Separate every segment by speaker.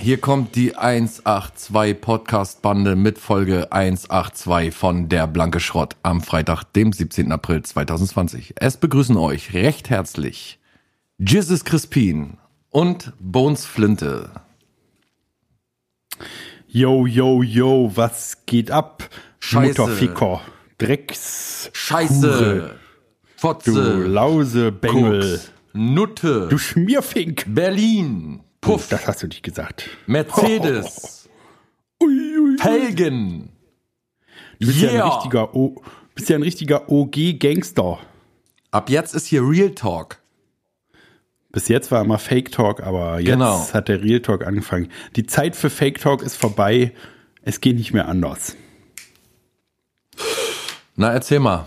Speaker 1: Hier kommt die 182 Podcast-Bande mit Folge 182 von Der Blanke Schrott am Freitag, dem 17. April 2020. Es begrüßen euch recht herzlich Jesus Crispin und Bones Flinte.
Speaker 2: Yo, yo, yo, was geht ab?
Speaker 1: Scheiße.
Speaker 2: Mutterficker. Drecks.
Speaker 1: Scheiße,
Speaker 2: Hure. Du
Speaker 1: Fotze,
Speaker 2: Lausebengel.
Speaker 1: Koks, Nutte,
Speaker 2: Du Schmierfink.
Speaker 1: Berlin, Puff,
Speaker 2: Das hast du nicht gesagt.
Speaker 1: Mercedes, Felgen.
Speaker 2: Du bist ja ein
Speaker 1: Yeah.
Speaker 2: richtiger, o bist ja ein richtiger OG-Gangster.
Speaker 1: Ab jetzt ist hier Real Talk.
Speaker 2: Bis jetzt war immer Fake Talk, aber jetzt
Speaker 1: Genau.
Speaker 2: hat der Real Talk angefangen. Die Zeit für Fake Talk ist vorbei. Es geht nicht mehr anders.
Speaker 1: Na, erzähl mal.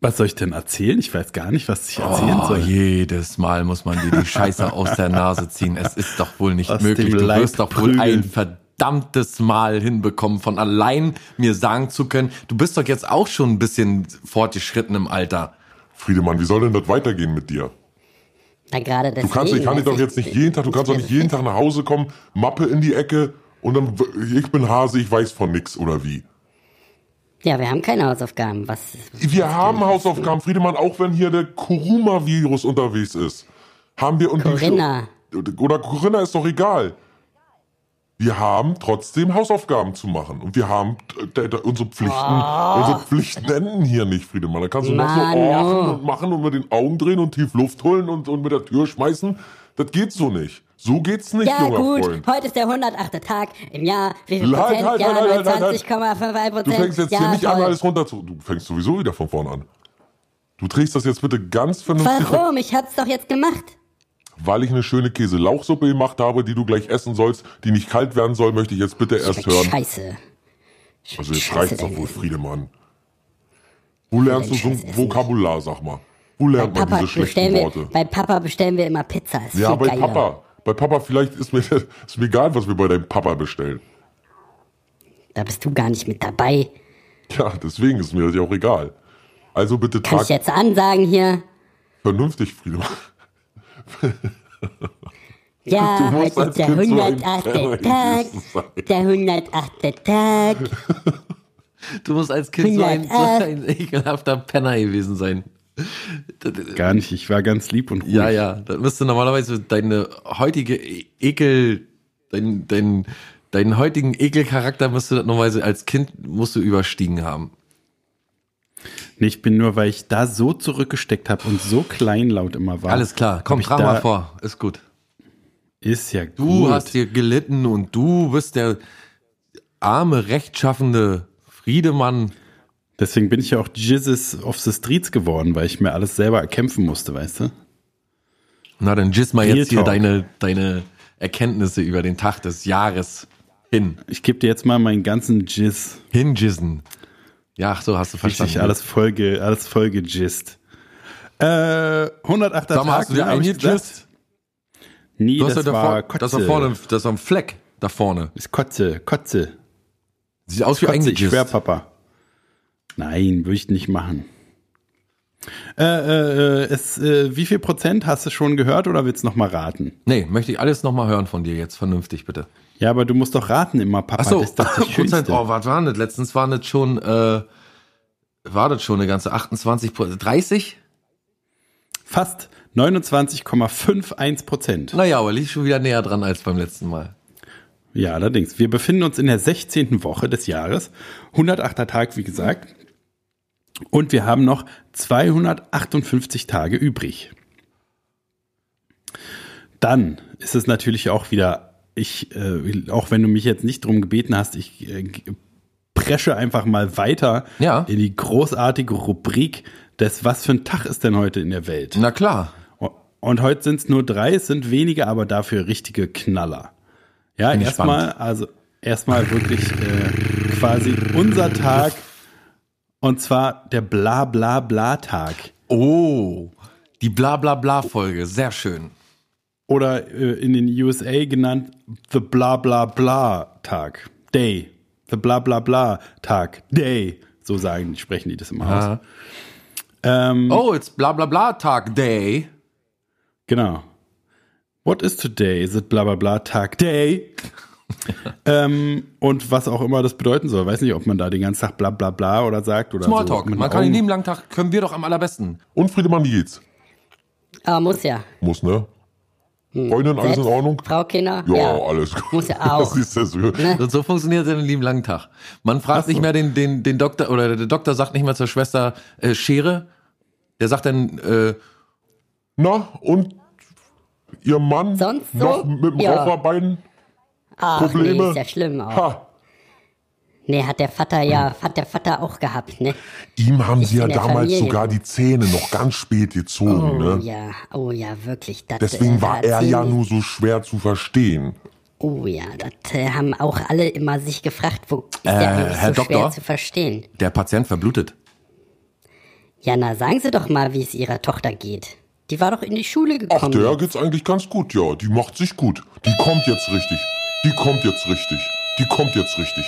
Speaker 2: Was soll ich denn erzählen? Ich weiß gar nicht, was ich erzählen
Speaker 1: Oh,
Speaker 2: soll.
Speaker 1: jedes Mal muss man dir die Scheiße aus der Nase ziehen. Es ist doch wohl nicht
Speaker 2: Aus
Speaker 1: möglich.
Speaker 2: dem
Speaker 1: Du
Speaker 2: Leib
Speaker 1: wirst doch wohl
Speaker 2: prügeln.
Speaker 1: ein verdammtes Mal hinbekommen, von allein mir sagen zu können, du bist doch jetzt auch schon ein bisschen fortgeschritten im Alter.
Speaker 3: Friedemann, wie soll denn das weitergehen mit dir?
Speaker 4: Na, gerade deswegen.
Speaker 3: Du kannst, ich kann dich
Speaker 4: weiß
Speaker 3: doch jetzt nicht jeden Tag, du kannst doch nicht jeden Tag nach Hause kommen, Mappe in die Ecke und dann, w- ich bin Hase, ich weiß von nix oder wie.
Speaker 4: Ja, wir haben keine Hausaufgaben. Was?
Speaker 3: Wir haben Hausaufgaben, Friedemann, auch wenn hier der Kuruma-Virus unterwegs ist. Haben wir und die-
Speaker 4: Corinna.
Speaker 3: Oder Corinna ist doch egal. Wir haben trotzdem Hausaufgaben zu machen. Und wir haben äh, d- d- unsere Pflichten, unsere Pflichten enden hier nicht, Friedemann. Da kannst du noch so
Speaker 4: Manu.
Speaker 3: orchen und machen und mit den Augen drehen und tief Luft holen und, und mit der Tür schmeißen. Das geht so nicht. So geht's nicht,
Speaker 4: Ja,
Speaker 3: junger
Speaker 4: gut.
Speaker 3: Freund.
Speaker 4: Heute ist der 108. Tag im Jahr. Wie viel
Speaker 3: Halt,
Speaker 4: Prozent?
Speaker 3: halt,
Speaker 4: ja,
Speaker 3: halt, halt, halt, halt.
Speaker 4: 29,51
Speaker 3: Du
Speaker 4: Prozent.
Speaker 3: fängst jetzt
Speaker 4: ja,
Speaker 3: hier nicht an,
Speaker 4: voll.
Speaker 3: alles runter zu. Du fängst sowieso wieder von vorne an. Du trägst das jetzt bitte ganz vernünftig
Speaker 4: Warum? Ich hab's doch jetzt gemacht.
Speaker 3: Weil ich eine schöne Käse-Lauchsuppe gemacht habe, die du gleich essen sollst, die nicht kalt werden soll, möchte ich jetzt bitte erst
Speaker 4: Schmeckt
Speaker 3: hören.
Speaker 4: Scheiße. Schmeckt
Speaker 3: Also jetzt
Speaker 4: scheiße,
Speaker 3: reicht's
Speaker 4: dein
Speaker 3: doch wohl,
Speaker 4: Essen.
Speaker 3: Friedemann. Wo lernst du so
Speaker 4: Scheiß
Speaker 3: ein
Speaker 4: Essen.
Speaker 3: Vokabular, sag mal? Wo lernt
Speaker 4: Papa,
Speaker 3: man diese schlechten
Speaker 4: bestellen wir,
Speaker 3: Worte?
Speaker 4: bei Papa bestellen wir immer Pizza. Ist
Speaker 3: Ja,
Speaker 4: viel
Speaker 3: bei
Speaker 4: geiler.
Speaker 3: Papa. Bei Papa vielleicht ist mir, ist mir egal, was wir bei deinem Papa bestellen.
Speaker 4: Da bist du gar nicht mit dabei.
Speaker 3: Ja, deswegen ist mir das ja auch egal. Also bitte
Speaker 4: Kann ich
Speaker 3: trag
Speaker 4: jetzt ansagen hier?
Speaker 3: vernünftig, Friedemann.
Speaker 4: Ja,
Speaker 3: Du musst
Speaker 4: heute
Speaker 3: als
Speaker 4: ist der
Speaker 3: Kind so ein
Speaker 4: 108.
Speaker 3: Penner
Speaker 4: Tag.
Speaker 3: gewesen sein.
Speaker 4: Der 108. Tag.
Speaker 1: Du musst als Kind so ein, so
Speaker 4: Vielleicht,
Speaker 1: ein ekelhafter Penner gewesen sein.
Speaker 2: Gar nicht. Ich war ganz lieb und ruhig.
Speaker 1: Ja, ja. Das müsste normalerweise deine heutige E- Ekel, dein, dein, deinen heutigen Ekelcharakter müsste das normalerweise als Kind musst du überstiegen haben.
Speaker 2: Nee, ich bin nur, weil ich da so zurückgesteckt habe und so kleinlaut immer war.
Speaker 1: Alles klar, komm,
Speaker 2: Hab ich
Speaker 1: trag
Speaker 2: da-
Speaker 1: mal vor. Ist gut.
Speaker 2: Ist ja
Speaker 1: Du
Speaker 2: gut.
Speaker 1: hast dir gelitten und du bist der arme, rechtschaffende Friedemann.
Speaker 2: Deswegen bin ich ja auch Jesus of the Streets geworden, weil ich mir alles selber erkämpfen musste, weißt du?
Speaker 1: Na, dann giss mal
Speaker 2: Real
Speaker 1: jetzt hier
Speaker 2: Talk.
Speaker 1: deine, deine Erkenntnisse über den Tag des Jahres hin.
Speaker 2: Ich gebe dir jetzt mal meinen ganzen Jizz.
Speaker 1: Hingissen. Ja, ach so hast du verstanden.
Speaker 2: Richtig, alles vollge, alles vollgejizzt. Äh, 108er
Speaker 1: Sag mal,
Speaker 2: Tag,
Speaker 1: hast du dir
Speaker 2: ne, hab ich
Speaker 1: eingegisst?
Speaker 2: gesagt. Nee,
Speaker 1: Du hast
Speaker 2: das,
Speaker 1: ja da
Speaker 2: war
Speaker 1: vor,
Speaker 2: Kotze.
Speaker 1: das war vorne, das war ein Fleck da vorne.
Speaker 2: Das ist Kotze, Kotze.
Speaker 1: Sieht aus wie
Speaker 2: Kotze, ich schwör,
Speaker 1: eingegisst.
Speaker 2: Papa. Nein, würde ich nicht machen. Äh, äh, äh, es, äh, wie viel Prozent hast du schon gehört oder willst du noch mal raten?
Speaker 1: Nee, möchte ich alles nochmal hören von dir jetzt, vernünftig bitte.
Speaker 2: Ja, aber du musst doch raten immer, Papa.
Speaker 1: Achso,
Speaker 2: das ist doch das
Speaker 1: Prozent,
Speaker 2: Schönste.
Speaker 1: oh, was waren das? Letztens waren das schon, äh, war das schon eine ganze 28, Pro- 30?
Speaker 2: Fast 29,51 Prozent.
Speaker 1: Naja, aber liegt schon wieder näher dran als beim letzten Mal.
Speaker 2: Ja, allerdings. Wir befinden uns in der 16. Woche des Jahres. 108er Tag, wie gesagt. Und wir haben noch 258 Tage übrig. Dann ist es natürlich auch wieder, ich, äh, auch wenn du mich jetzt nicht drum gebeten hast, ich äh, g- presche einfach mal weiter
Speaker 1: Ja.
Speaker 2: in die großartige Rubrik des Was für ein Tag ist denn heute in der Welt?
Speaker 1: Na klar.
Speaker 2: Und heute sind es nur drei, es sind wenige, aber dafür richtige Knaller. Ja,
Speaker 1: ich
Speaker 2: erstmal, also erstmal wirklich äh, quasi unser Tag. Und zwar der Bla Bla Bla Tag.
Speaker 1: Oh, die Bla-Bla-Bla-Folge, sehr schön.
Speaker 2: Oder äh, in den USA genannt The Bla Bla Bla Tag. Day. The Bla Bla Bla Tag. Day. So sagen, sprechen die das im
Speaker 1: Ah.
Speaker 2: Haus. Ähm,
Speaker 1: Oh, it's Bla-Bla-Bla-Tag-Day.
Speaker 2: Genau. What is today? Is it bla bla bla Tag Day? ähm, und was auch immer das bedeuten soll. Weiß nicht, ob man da den ganzen Tag bla bla bla oder sagt oder
Speaker 1: Smalltalk.
Speaker 2: so. Mit
Speaker 1: Man
Speaker 2: den
Speaker 1: kann den
Speaker 2: Augen-
Speaker 1: lieben langen Tag, können wir doch am allerbesten.
Speaker 3: Und Friedemann Dietz.
Speaker 4: Ah, muss ja.
Speaker 3: Muss, ne? Freundin, alles in
Speaker 4: Hm, Selbst?
Speaker 3: Ordnung?
Speaker 4: Frau Kenner?
Speaker 3: Ja, alles gut.
Speaker 4: Muss ja auch.
Speaker 3: Das ist ja so.
Speaker 1: Und so funktioniert es in den lieben langen Tag. Man fragt nicht mehr den, den, den Doktor, oder der Doktor sagt nicht mehr zur Schwester äh, Schere. Der sagt dann, äh,
Speaker 3: Na, und ihr Mann
Speaker 4: Sonst so?
Speaker 3: noch mit dem
Speaker 4: Ja.
Speaker 3: Raucherbein?
Speaker 4: Ach, nee,
Speaker 3: Probleme.
Speaker 4: ist ja schlimm auch.
Speaker 3: Ha,
Speaker 4: Nee, hat der Vater ja, hat der Vater auch gehabt, ne?
Speaker 3: ihm haben sie ja
Speaker 4: in der
Speaker 3: damals
Speaker 4: Familie.
Speaker 3: sogar die Zähne noch ganz spät gezogen,
Speaker 4: Oh
Speaker 3: ne?
Speaker 4: ja, oh ja, wirklich. Dat,
Speaker 3: Deswegen
Speaker 4: äh,
Speaker 3: war
Speaker 4: da
Speaker 3: er
Speaker 4: ziehen
Speaker 3: ja
Speaker 4: die-
Speaker 3: nur so schwer zu verstehen.
Speaker 4: Oh ja, das äh, haben auch alle immer sich gefragt, wo ist
Speaker 1: Äh,
Speaker 4: der eigentlich
Speaker 1: Herr
Speaker 4: so
Speaker 1: Doktor?
Speaker 4: schwer zu verstehen?
Speaker 1: der Patient verblutet.
Speaker 4: Ja, na sagen Sie doch mal, wie es Ihrer Tochter geht. Die war doch in die Schule
Speaker 3: Ach,
Speaker 4: gekommen.
Speaker 3: der geht's eigentlich ganz gut, ja. Die macht sich gut. Die kommt jetzt richtig. Die kommt jetzt richtig. Die kommt jetzt richtig.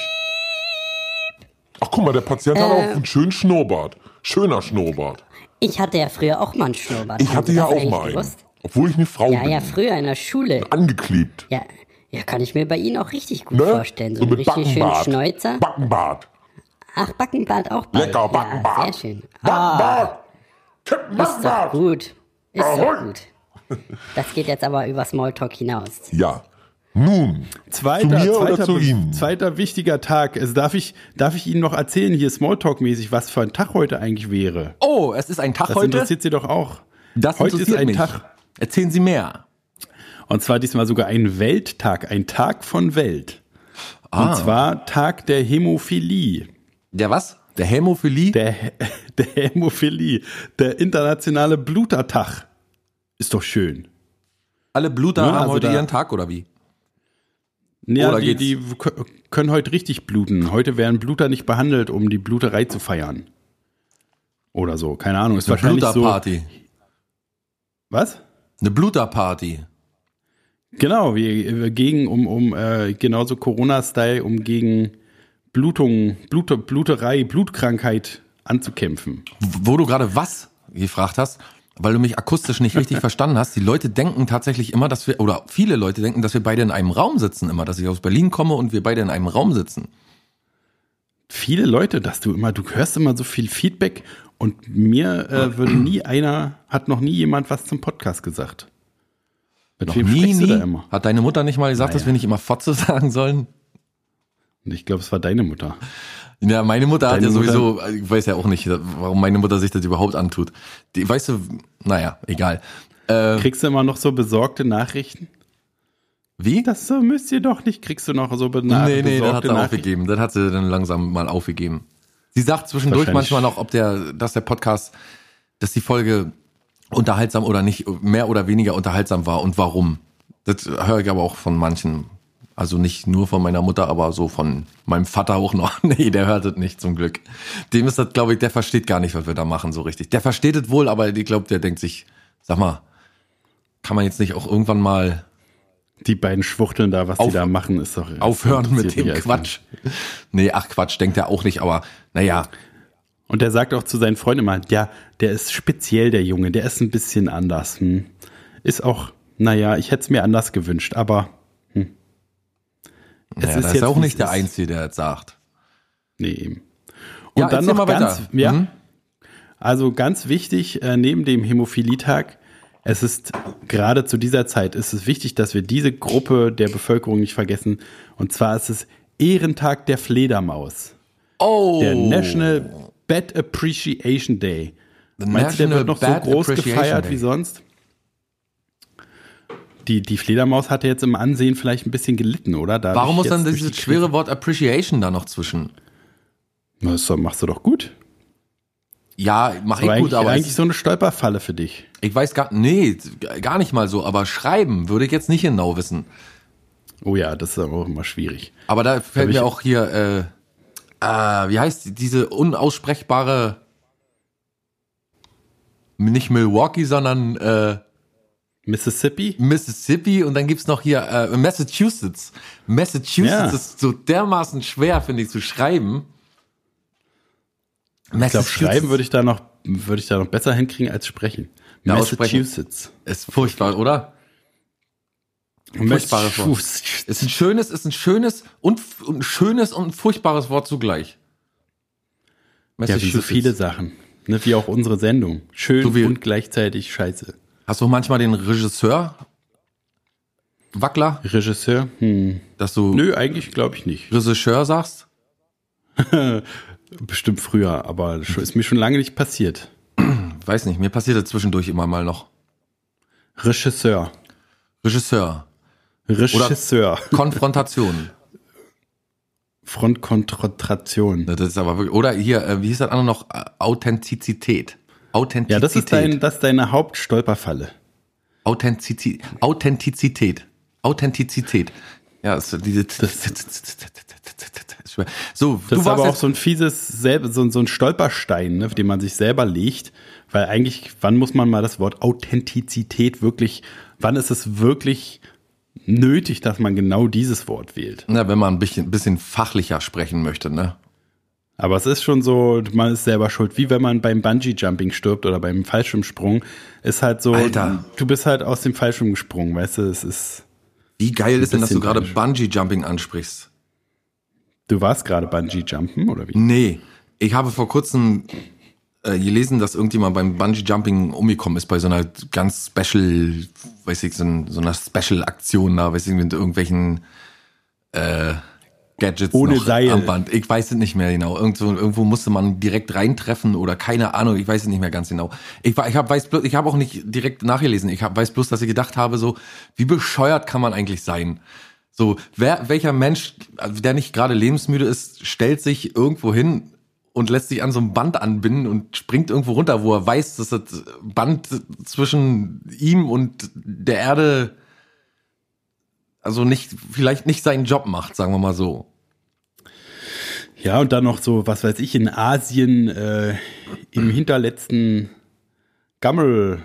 Speaker 3: Ach, guck mal, der Patient
Speaker 4: Äh.
Speaker 3: hat auch einen schönen Schnurrbart. Schöner Schnurrbart.
Speaker 4: Ich hatte ja früher auch mal einen Schnurrbart.
Speaker 3: Ich
Speaker 4: Haben
Speaker 3: hatte
Speaker 4: Sie
Speaker 3: ja
Speaker 4: das
Speaker 3: auch
Speaker 4: eigentlich
Speaker 3: mal einen.
Speaker 4: gewusst?
Speaker 3: Obwohl ich eine Frau
Speaker 4: Ja,
Speaker 3: bin.
Speaker 4: ja, früher in der Schule.
Speaker 3: Angeklebt.
Speaker 4: Ja, ja, kann ich mir bei Ihnen auch richtig gut
Speaker 3: Ne?
Speaker 4: vorstellen. So, einen richtig schönen
Speaker 3: Backenbart.
Speaker 4: Schnäuzer.
Speaker 3: Backenbart.
Speaker 4: Ach, Backenbart auch bei.
Speaker 3: Lecker Backenbart.
Speaker 4: Ja, sehr schön. Ah,
Speaker 3: Backenbart. Tipp,
Speaker 4: Ist doch
Speaker 3: Backenbart.
Speaker 4: gut. Ist doch
Speaker 3: Ahoi.
Speaker 4: gut. Das geht jetzt aber über Smalltalk hinaus.
Speaker 3: Ja. Nun,
Speaker 2: Zweiter,
Speaker 3: zu mir
Speaker 2: zweiter,
Speaker 3: oder zu
Speaker 2: be-
Speaker 3: Ihnen?
Speaker 2: zweiter wichtiger Tag. Also darf ich, darf ich Ihnen noch erzählen, hier Smalltalk-mäßig, was für ein Tag heute eigentlich wäre?
Speaker 1: Oh, es ist ein Tag
Speaker 2: Das
Speaker 1: heute.
Speaker 2: interessiert Sie doch auch.
Speaker 1: Das
Speaker 2: heute ist
Speaker 1: interessiert
Speaker 2: ein
Speaker 1: mich.
Speaker 2: Tag.
Speaker 1: Erzählen Sie mehr.
Speaker 2: Und zwar diesmal sogar ein Welttag, ein Tag von Welt.
Speaker 1: Ah.
Speaker 2: Und zwar Tag der Hämophilie.
Speaker 1: Der was? Der Hämophilie?
Speaker 2: Der, der Hämophilie, der internationale Blutertag. Ist doch schön.
Speaker 1: Alle Bluter
Speaker 2: Ja,
Speaker 1: haben
Speaker 2: also
Speaker 1: heute
Speaker 2: da-
Speaker 1: ihren Tag, oder wie?
Speaker 2: Ja,
Speaker 1: Oder Oh,
Speaker 2: die,
Speaker 1: geht's-
Speaker 2: die kö- können heute richtig bluten. Heute werden Bluter nicht behandelt, um die Bluterei zu feiern. Oder so, keine Ahnung. Ist wahrscheinlich so.
Speaker 1: Bluterparty.
Speaker 2: Was?
Speaker 1: Eine Bluterparty.
Speaker 2: Genau, wir wir gegen, um, um äh, genauso Corona-Style, um gegen Blutung, Blute, Bluterei, Blutkrankheit anzukämpfen.
Speaker 1: Wo du gerade was gefragt hast, weil du mich akustisch nicht richtig verstanden hast. Die Leute denken tatsächlich immer, dass wir, oder viele Leute denken, dass wir beide in einem Raum sitzen immer, dass ich aus Berlin komme und wir beide in einem Raum sitzen.
Speaker 2: Viele Leute, dass du immer, du hörst immer so viel Feedback und mir äh, würde nie einer, hat noch nie jemand was zum Podcast gesagt. Mit
Speaker 1: Noch
Speaker 2: wem
Speaker 1: nie,
Speaker 2: sprichst du da
Speaker 1: nie.
Speaker 2: immer?
Speaker 1: Hat deine Mutter nicht mal gesagt, dass wir nicht immer Fotze sagen sollen?
Speaker 2: Und ich glaube, es war deine Mutter.
Speaker 1: Ja, meine Mutter hat
Speaker 2: Deine
Speaker 1: ja sowieso, ich weiß ja auch nicht, warum meine Mutter sich das überhaupt antut. Die, weißt du, naja, egal. Äh.
Speaker 2: Kriegst du immer noch so besorgte Nachrichten?
Speaker 1: Wie?
Speaker 2: Das so müsst ihr doch nicht. Kriegst du noch so be na-
Speaker 1: nee, nee, das hat
Speaker 2: besorgte
Speaker 1: sie
Speaker 2: Nachrichten?
Speaker 1: aufgegeben. Das hat sie dann langsam mal aufgegeben. Sie sagt zwischendurch
Speaker 2: Wahrscheinlich.
Speaker 1: manchmal noch, ob der, dass der Podcast, dass die Folge unterhaltsam oder nicht, mehr oder weniger unterhaltsam war und warum. Das höre ich aber auch von manchen. Also nicht nur von meiner Mutter, aber so von meinem Vater auch noch. Nee, der hört es nicht zum Glück. Dem ist das, glaube ich, der versteht gar nicht, was wir da machen so richtig. Der versteht es wohl, aber ich glaube, der denkt sich, sag mal, kann man jetzt nicht auch irgendwann mal
Speaker 2: Die beiden Schwuchteln da, was
Speaker 1: Auf-
Speaker 2: die da machen, ist doch.
Speaker 1: aufhören
Speaker 2: interessiert
Speaker 1: mit dem
Speaker 2: mich alles
Speaker 1: Quatsch. Nee, ach Quatsch, denkt er auch nicht, aber naja,
Speaker 2: nicht. Und der sagt auch zu seinen Freunden immer, ja, der ist speziell, der Junge, der ist ein bisschen anders. Hm. Ist auch, naja, ich hätte es mir anders gewünscht, aber hm.
Speaker 1: naja das ist
Speaker 2: jetzt,
Speaker 1: ja auch
Speaker 2: wie
Speaker 1: nicht
Speaker 2: es
Speaker 1: der
Speaker 2: ist.
Speaker 1: Einzige, der jetzt sagt.
Speaker 2: Nee, eben. Und
Speaker 1: Ja,
Speaker 2: dann
Speaker 1: erzähl mal
Speaker 2: noch ganz,
Speaker 1: weiter.
Speaker 2: ja,
Speaker 1: Mhm.
Speaker 2: also ganz wichtig, äh, neben dem Hämophilietag, es ist gerade zu dieser Zeit, ist es wichtig, dass wir diese Gruppe der Bevölkerung nicht vergessen. Und zwar ist es Ehrentag der Fledermaus.
Speaker 1: Oh,
Speaker 2: Der National Bat Appreciation Day.
Speaker 1: The
Speaker 2: Meinst du, der wird noch so
Speaker 1: Bat
Speaker 2: groß
Speaker 1: Appreciation
Speaker 2: gefeiert
Speaker 1: Day.
Speaker 2: wie sonst? Die, die Fledermaus hatte jetzt im Ansehen vielleicht ein bisschen gelitten, oder? Dadurch
Speaker 1: Warum muss
Speaker 2: jetzt
Speaker 1: dann
Speaker 2: durch
Speaker 1: dieses
Speaker 2: die-
Speaker 1: schwere Wort Appreciation da noch zwischen?
Speaker 2: Na, Das machst du doch gut.
Speaker 1: Ja, mach
Speaker 2: Aber
Speaker 1: ich gut,
Speaker 2: eigentlich,
Speaker 1: aber
Speaker 2: eigentlich
Speaker 1: ich,
Speaker 2: so eine Stolperfalle für dich.
Speaker 1: ich weiß gar, nee, gar nicht mal so, aber schreiben würde ich jetzt nicht genau wissen.
Speaker 2: Oh ja, das ist aber auch immer schwierig.
Speaker 1: Aber da fällt
Speaker 2: ich-
Speaker 1: mir auch hier, äh, äh, wie heißt die- diese unaussprechbare, nicht Milwaukee, sondern, äh,
Speaker 2: Mississippi?
Speaker 1: Mississippi und dann gibt's noch hier äh, Massachusetts. Massachusetts
Speaker 2: Ja.
Speaker 1: ist so dermaßen schwer, finde ich, zu schreiben.
Speaker 2: Ich glaube, schreiben würde ich da noch würde ich da noch besser hinkriegen als sprechen.
Speaker 1: Ja, aussprechen.
Speaker 2: Massachusetts.
Speaker 1: Ist furchtbar, oder? Furchtbares Wort. Ist ein schönes, ist ein schönes und, und ein schönes und ein furchtbares Wort zugleich.
Speaker 2: Ja, wie so
Speaker 1: Massachusetts.
Speaker 2: viele Sachen. Ne, wie auch unsere Sendung. Schön
Speaker 1: So wie-
Speaker 2: und gleichzeitig scheiße.
Speaker 1: Hast du manchmal den Regisseur Wackler,
Speaker 2: Regisseur? Hm.
Speaker 1: dass du
Speaker 2: Nö, eigentlich glaube ich nicht.
Speaker 1: Regisseur sagst?
Speaker 2: Bestimmt früher, aber schon- ist mir schon lange nicht passiert.
Speaker 1: Weiß nicht, mir passiert das zwischendurch immer mal noch.
Speaker 2: Regisseur.
Speaker 1: Regisseur,
Speaker 2: Regisseur.
Speaker 1: Konfrontation.
Speaker 2: Frontkontration.
Speaker 1: Ne, das ist aber wirklich, oder hier, äh, wie hieß das andere noch? Äh, Authentizität. Authentizität.
Speaker 2: Ja, das ist, dein, das ist deine Hauptstolperfalle.
Speaker 1: Authentizi Authentizität. Authentizität. Ja, ist so diese. Ist schwer. so,
Speaker 2: Das
Speaker 1: du
Speaker 2: ist
Speaker 1: warst
Speaker 2: aber auch
Speaker 1: jetzt,
Speaker 2: so ein fieses, selb- so, ein- so ein Stolperstein, ne, auf den man sich selber legt. Weil eigentlich, wann muss man mal das Wort Authentizität wirklich, wann ist es wirklich nötig, dass man genau dieses Wort wählt?
Speaker 1: na, wenn man ein bisschen, bisschen fachlicher sprechen möchte, ne?
Speaker 2: Aber es ist schon so, man ist selber schuld. Wie wenn man beim Bungee-Jumping stirbt oder beim Fallschirmsprung. Ist halt so,
Speaker 1: Alter.
Speaker 2: du bist halt aus dem Fallschirm gesprungen, weißt du, es ist,
Speaker 1: Wie geil ist denn, dass du
Speaker 2: bisschen
Speaker 1: gerade
Speaker 2: peinlich.
Speaker 1: Bungee-Jumping ansprichst?
Speaker 2: du warst gerade Bungee-Jumpen oder wie?
Speaker 1: Nee, ich habe vor kurzem äh, gelesen, dass irgendjemand beim Bungee-Jumping umgekommen ist bei so einer ganz special, weiß ich, so, ein- so einer Special-Aktion da, weiß ich, mit irgendwelchen äh, Gadgets
Speaker 2: Ohne
Speaker 1: noch
Speaker 2: Seil.
Speaker 1: am Band. Ich weiß es nicht mehr genau. Irgendwo, irgendwo musste man direkt reintreffen oder keine Ahnung, ich weiß es nicht mehr ganz genau. Ich, war, ich habe weiß bloß, ich habe auch nicht direkt nachgelesen. Ich hab, weiß bloß, dass ich gedacht habe, so, wie bescheuert kann man eigentlich sein? So, wer, welcher Mensch, der nicht gerade lebensmüde ist, stellt sich irgendwo hin und lässt sich an so ein Band anbinden und springt irgendwo runter, wo er weiß, dass das Band zwischen ihm und der Erde also nicht, vielleicht nicht seinen Job macht, sagen wir mal so.
Speaker 2: Ja, und dann noch so, was weiß ich, in Asien äh, im hinterletzten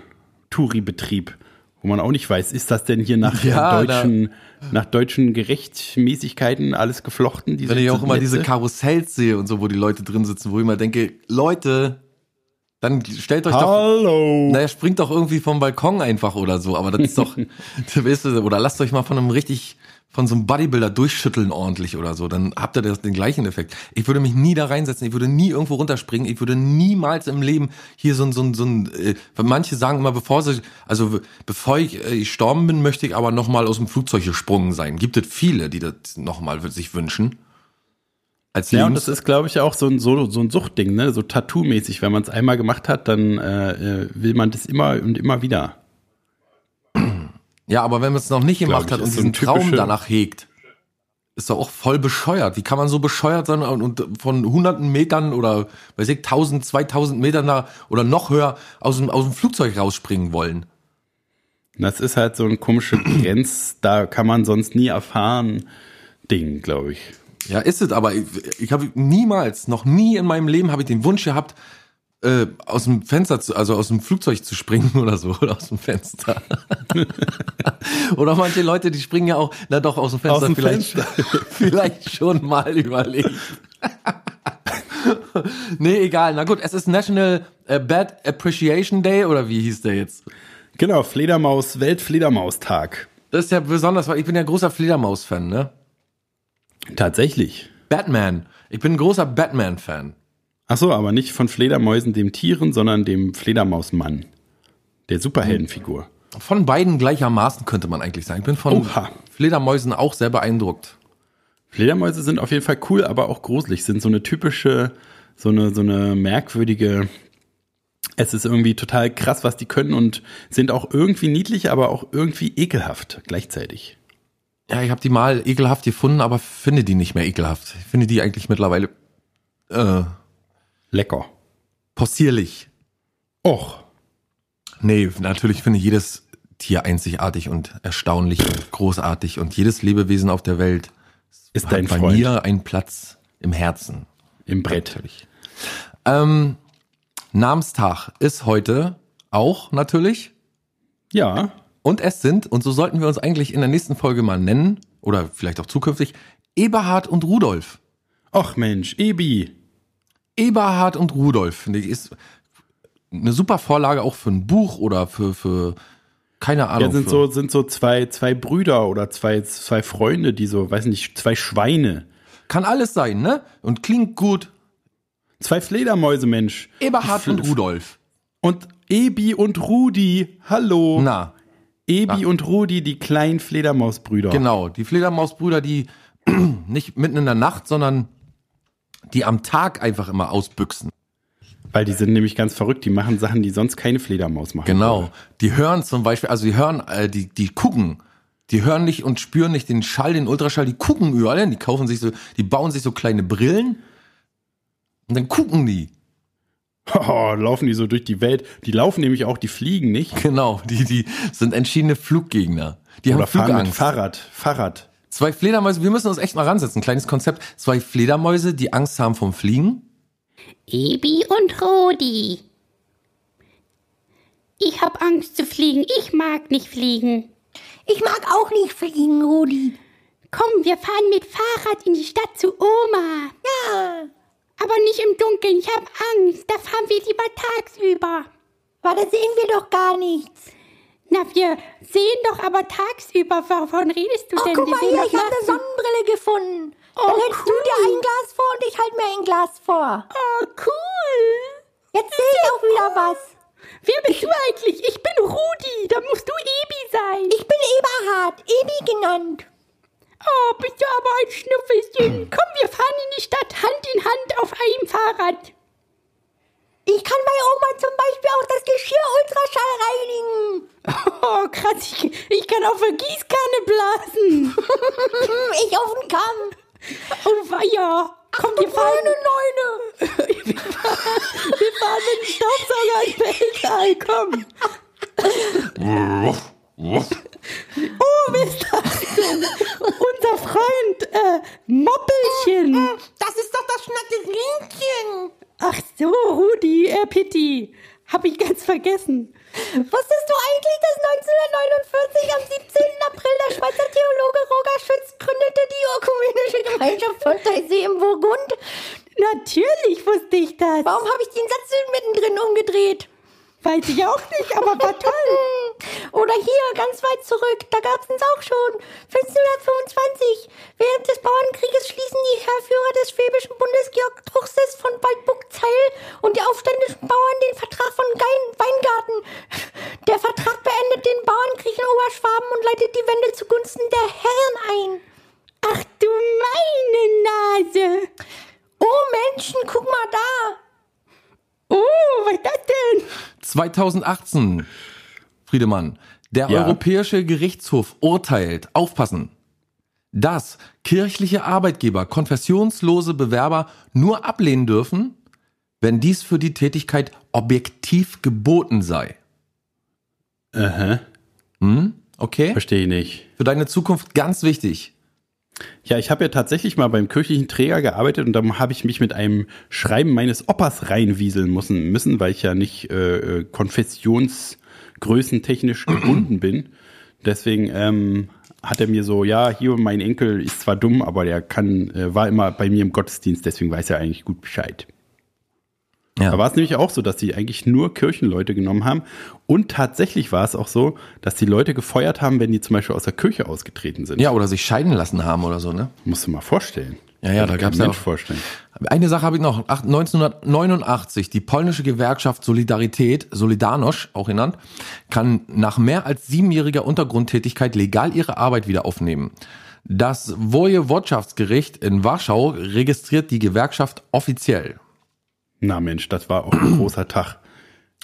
Speaker 2: Gammel-Touri-Betrieb, wo man auch nicht weiß, ist das denn hier nach, äh,
Speaker 1: Ja, da-
Speaker 2: deutschen, nach deutschen Gerechtmäßigkeiten alles geflochten? Diese
Speaker 1: Wenn ich auch immer diese
Speaker 2: Netze?
Speaker 1: Karussells sehe und so, wo die Leute drin sitzen, wo ich immer denke, Leute, dann stellt euch doch,
Speaker 2: Hallo!
Speaker 1: naja, springt doch irgendwie vom Balkon einfach oder so, aber das ist doch, weißt du, oder lasst euch mal von einem richtig, von so einem Bodybuilder durchschütteln ordentlich oder so, dann habt ihr das, den gleichen Effekt. Ich würde mich nie da reinsetzen, ich würde nie irgendwo runterspringen, ich würde niemals im Leben hier so ein, so ein, so ein, äh, weil manche sagen immer, bevor sie, also bevor ich äh, gestorben bin, möchte ich aber nochmal aus dem Flugzeug gesprungen sein. Gibt es viele, die das nochmal sich wünschen? Als
Speaker 2: Ja, und
Speaker 1: Lebens-
Speaker 2: das ist, glaube ich, auch so ein, so, so ein Suchtding, ne? so Tattoo-mäßig. Wenn man es einmal gemacht hat, dann äh, äh, will man das immer und immer wieder.
Speaker 1: Ja, aber wenn man es noch nicht gemacht
Speaker 2: ich,
Speaker 1: hat und
Speaker 2: ist so
Speaker 1: diesen
Speaker 2: ein
Speaker 1: Traum
Speaker 2: typische-
Speaker 1: danach hegt, ist doch auch voll bescheuert. Wie kann man so bescheuert sein und, und von hunderten Metern oder weiß ich, 1000, 2000 Metern da oder noch höher aus dem, aus dem Flugzeug rausspringen wollen?
Speaker 2: Und Das ist halt so ein komische Grenz, da kann man sonst nie erfahren, Ding, glaube ich.
Speaker 1: Ja, ist es, aber ich, ich habe niemals, noch nie in meinem Leben habe ich den Wunsch gehabt, äh, aus dem Fenster zu, also aus dem Flugzeug zu springen oder so, oder aus dem Fenster. oder manche Leute, die springen ja auch, na doch, aus dem Fenster,
Speaker 2: Aus dem
Speaker 1: vielleicht, vielleicht schon mal überlegt. nee, egal, na gut, es ist National äh, Bad Appreciation Day, oder wie hieß der jetzt?
Speaker 2: Genau, Fledermaus, Weltfledermaus-Tag.
Speaker 1: Das ist ja besonders, weil ich bin ja großer Fledermaus-Fan, ne?
Speaker 2: Tatsächlich.
Speaker 1: Batman. Ich bin ein großer Batman-Fan.
Speaker 2: Ach so, aber nicht von Fledermäusen, dem Tieren, sondern dem Fledermausmann. Der Superheldenfigur.
Speaker 1: Von beiden gleichermaßen könnte man eigentlich sagen. Ich bin von
Speaker 2: Oha.
Speaker 1: Fledermäusen auch sehr beeindruckt.
Speaker 2: Fledermäuse sind auf jeden Fall cool, aber auch gruselig. Sind so eine typische, so eine, so eine merkwürdige. Es ist irgendwie total krass, was die können und sind auch irgendwie niedlich, aber auch irgendwie ekelhaft gleichzeitig.
Speaker 1: Ja, ich habe die mal ekelhaft gefunden, aber finde die nicht mehr ekelhaft. Ich finde die eigentlich mittlerweile äh,
Speaker 2: Lecker.
Speaker 1: possierlich.
Speaker 2: Och.
Speaker 1: Nee, natürlich finde ich jedes Tier einzigartig und erstaunlich und großartig und jedes Lebewesen auf der Welt
Speaker 2: Ist
Speaker 1: hat
Speaker 2: dein
Speaker 1: bei
Speaker 2: Freund
Speaker 1: mir einen Platz im Herzen.
Speaker 2: im Brett.
Speaker 1: Ähm, Namenstag ist heute auch natürlich.
Speaker 2: Ja.
Speaker 1: Und es sind, und so sollten wir uns eigentlich in der nächsten Folge mal nennen, oder vielleicht auch zukünftig, Eberhard und Rudolf.
Speaker 2: Och Mensch, Ebi.
Speaker 1: Eberhard und Rudolf, finde ich, ist eine super Vorlage auch für ein Buch oder für, für Keine Ahnung.
Speaker 2: Ja, sind
Speaker 1: für.
Speaker 2: so, sind so zwei, zwei Brüder oder zwei, zwei Freunde, die so, weiß nicht, zwei Schweine.
Speaker 1: Kann alles sein, ne? Und klingt gut.
Speaker 2: Zwei Fledermäuse, Mensch.
Speaker 1: Eberhard und Rudolf.
Speaker 2: Und Ebi und Rudi, hallo.
Speaker 1: Na,
Speaker 2: Ebi und Rudi, die kleinen Fledermausbrüder.
Speaker 1: genau. Die Fledermausbrüder, die nicht mitten in der Nacht, sondern die am Tag einfach immer ausbüchsen.
Speaker 2: Weil die sind nämlich ganz verrückt, die machen Sachen, die sonst keine Fledermaus machen.
Speaker 1: Genau. Die hören zum Beispiel, also die hören, äh, die, die gucken. Die hören nicht und spüren nicht den Schall, den Ultraschall, die gucken überall hin. Die kaufen sich so, die bauen sich so kleine Brillen. Und dann gucken die.
Speaker 2: Oh, laufen die so durch die Welt. Die laufen nämlich auch, die fliegen nicht.
Speaker 1: Genau. Die, die sind entschiedene Fluggegner. Die
Speaker 2: Oder
Speaker 1: haben
Speaker 2: fahren mit
Speaker 1: Flugangst.
Speaker 2: Fahrrad. Fahrrad.
Speaker 1: Zwei Fledermäuse, wir müssen uns echt mal ransetzen. Kleines Konzept. Zwei Fledermäuse, die Angst haben vom Fliegen.
Speaker 5: Ebi und Rudi. Ich hab Angst zu fliegen. Ich mag nicht fliegen.
Speaker 6: Ich mag auch nicht fliegen, Rudi.
Speaker 5: Komm, wir fahren mit Fahrrad in die Stadt zu Oma.
Speaker 6: Ja,
Speaker 5: Aber nicht im Dunkeln. Ich hab Angst. Da fahren wir lieber tagsüber.
Speaker 6: aber da sehen wir doch gar nichts.
Speaker 5: Na, wir sehen doch aber tagsüber. Wovon redest du
Speaker 6: Ach,
Speaker 5: denn?
Speaker 6: guck
Speaker 5: wir
Speaker 6: mal
Speaker 5: sehen
Speaker 6: hier,
Speaker 5: doch
Speaker 6: ich habe eine
Speaker 5: nachts.
Speaker 6: Sonnenbrille gefunden. Dann
Speaker 5: Oh,
Speaker 6: hältst du dir ein Glas vor und ich halte mir ein Glas vor.
Speaker 5: Oh, cool.
Speaker 6: Jetzt sehe ich auch wieder was.
Speaker 5: Wer bist du eigentlich? Ich bin Rudi. Da musst du Ebi sein.
Speaker 6: Ich bin Eberhard, Ebi genannt.
Speaker 5: Oh, bist du aber ein
Speaker 6: Hm.
Speaker 5: Schnüffelchen. Komm, wir fahren in die Stadt Hand in Hand auf einem Fahrrad.
Speaker 6: Ich kann bei Oma zum Beispiel auch das Geschirr ultraschall reinigen.
Speaker 5: Oh, krass. Ich, ich kann auf eine Gießkanne blasen.
Speaker 6: Hm, Ich auf den Kamm.
Speaker 5: Oh, weia. Komm, wir fahren.
Speaker 6: Neune, neune.
Speaker 5: Wir fahren mit dem Staubsauger ins Weltall. Komm.
Speaker 3: Wuff, wuff.
Speaker 5: Oh, wer ist das denn? Unser Freund, äh, Moppelchen.
Speaker 6: Das ist doch das Schnatterinchen.
Speaker 5: Ach so, Rudi, äh, Pitti. Hab ich ganz vergessen.
Speaker 6: Wusstest du eigentlich, dass 1949 am 17. April der Schweizer Theologe Roger Schütz gründete die Ökumenische Gemeinschaft von Teissee im Burgund?
Speaker 5: Natürlich wusste ich das.
Speaker 6: Warum habe ich den Satz mittendrin umgedreht?
Speaker 5: Weiß ich auch nicht, aber war toll.
Speaker 6: Oder hier, ganz weit zurück, da gab es uns auch schon. 1525. Während des Bauernkrieges schließen die Herrführer des schwäbischen Bundes Georg Truchsess von Waldburg-Zeil und die aufständischen Bauern den Vertrag von Gein Weingarten. Der Vertrag beendet den Bauernkrieg in Oberschwaben und leitet die Wende zugunsten der Herren ein.
Speaker 5: Ach du meine Nase.
Speaker 6: Oh Menschen, guck mal da.
Speaker 5: Oh, was ist das denn?
Speaker 1: 2018, Friedemann, der
Speaker 2: Ja.
Speaker 1: Europäische Gerichtshof urteilt, aufpassen, dass kirchliche Arbeitgeber konfessionslose Bewerber nur ablehnen dürfen, wenn dies für die Tätigkeit objektiv geboten sei. Hm?
Speaker 2: Aha,
Speaker 1: Okay?
Speaker 2: verstehe ich nicht.
Speaker 1: Für deine Zukunft ganz wichtig.
Speaker 2: Ja, ich habe ja tatsächlich mal beim kirchlichen Träger gearbeitet und dann habe ich mich mit einem Schreiben meines Opas reinwieseln müssen, müssen weil ich ja nicht äh, äh, konfessionsgrößentechnisch gebunden bin. Deswegen ähm, hat er mir so, ja, hier mein Enkel ist zwar dumm, aber der kann, äh, war immer bei mir im Gottesdienst, deswegen weiß er eigentlich gut Bescheid.
Speaker 1: Ja.
Speaker 2: Da war es nämlich auch so, dass die eigentlich nur Kirchenleute genommen haben. Und tatsächlich war es auch so, dass die Leute gefeuert haben, wenn die zum Beispiel aus der Kirche ausgetreten sind.
Speaker 1: Ja, oder sich scheiden lassen haben oder so, ne?
Speaker 2: Musst du mal vorstellen.
Speaker 1: Ja, ja,
Speaker 2: Kann
Speaker 1: da
Speaker 2: kein
Speaker 1: gab's ja
Speaker 2: Mensch
Speaker 1: auch-
Speaker 2: vorstellen.
Speaker 1: Eine Sache habe ich noch. Ach, 1989, die polnische Gewerkschaft Solidarität, Solidarność auch genannt, kann nach mehr als siebenjähriger Untergrundtätigkeit legal ihre Arbeit wieder aufnehmen. Das Wojewodschaftsgericht in Warschau registriert die Gewerkschaft offiziell.
Speaker 2: Na Mensch, das war auch ein großer Tag.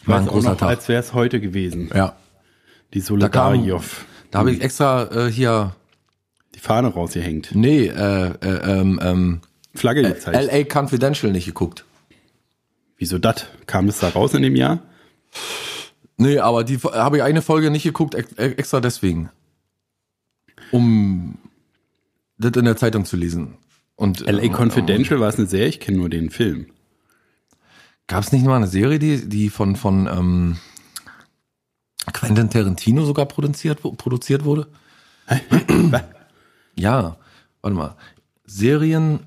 Speaker 1: War ein
Speaker 2: Weiß auch
Speaker 1: großer
Speaker 2: noch,
Speaker 1: Tag.
Speaker 2: Als wäre es heute gewesen.
Speaker 1: Ja.
Speaker 2: Die
Speaker 1: Da kam,
Speaker 2: Solidarjow.
Speaker 1: da habe ich extra äh, hier,
Speaker 2: Die Fahne rausgehängt.
Speaker 1: nee, äh, äh, ähm, ähm,
Speaker 2: Flagge gezeigt.
Speaker 1: LA Confidential nicht geguckt.
Speaker 2: Wieso das? Kam es da raus in dem Jahr?
Speaker 1: Nee, aber die äh, habe ich eine Folge nicht geguckt, ex- äh, extra deswegen. Um das in der Zeitung zu lesen. Und
Speaker 2: L.A.
Speaker 1: äh,
Speaker 2: Confidential war es eine Serie, ich kenne nur den Film.
Speaker 1: Gab es nicht mal eine Serie, die, die von, von ähm, Quentin Tarantino sogar produziert, wo- produziert wurde? ja, warte mal. Serien.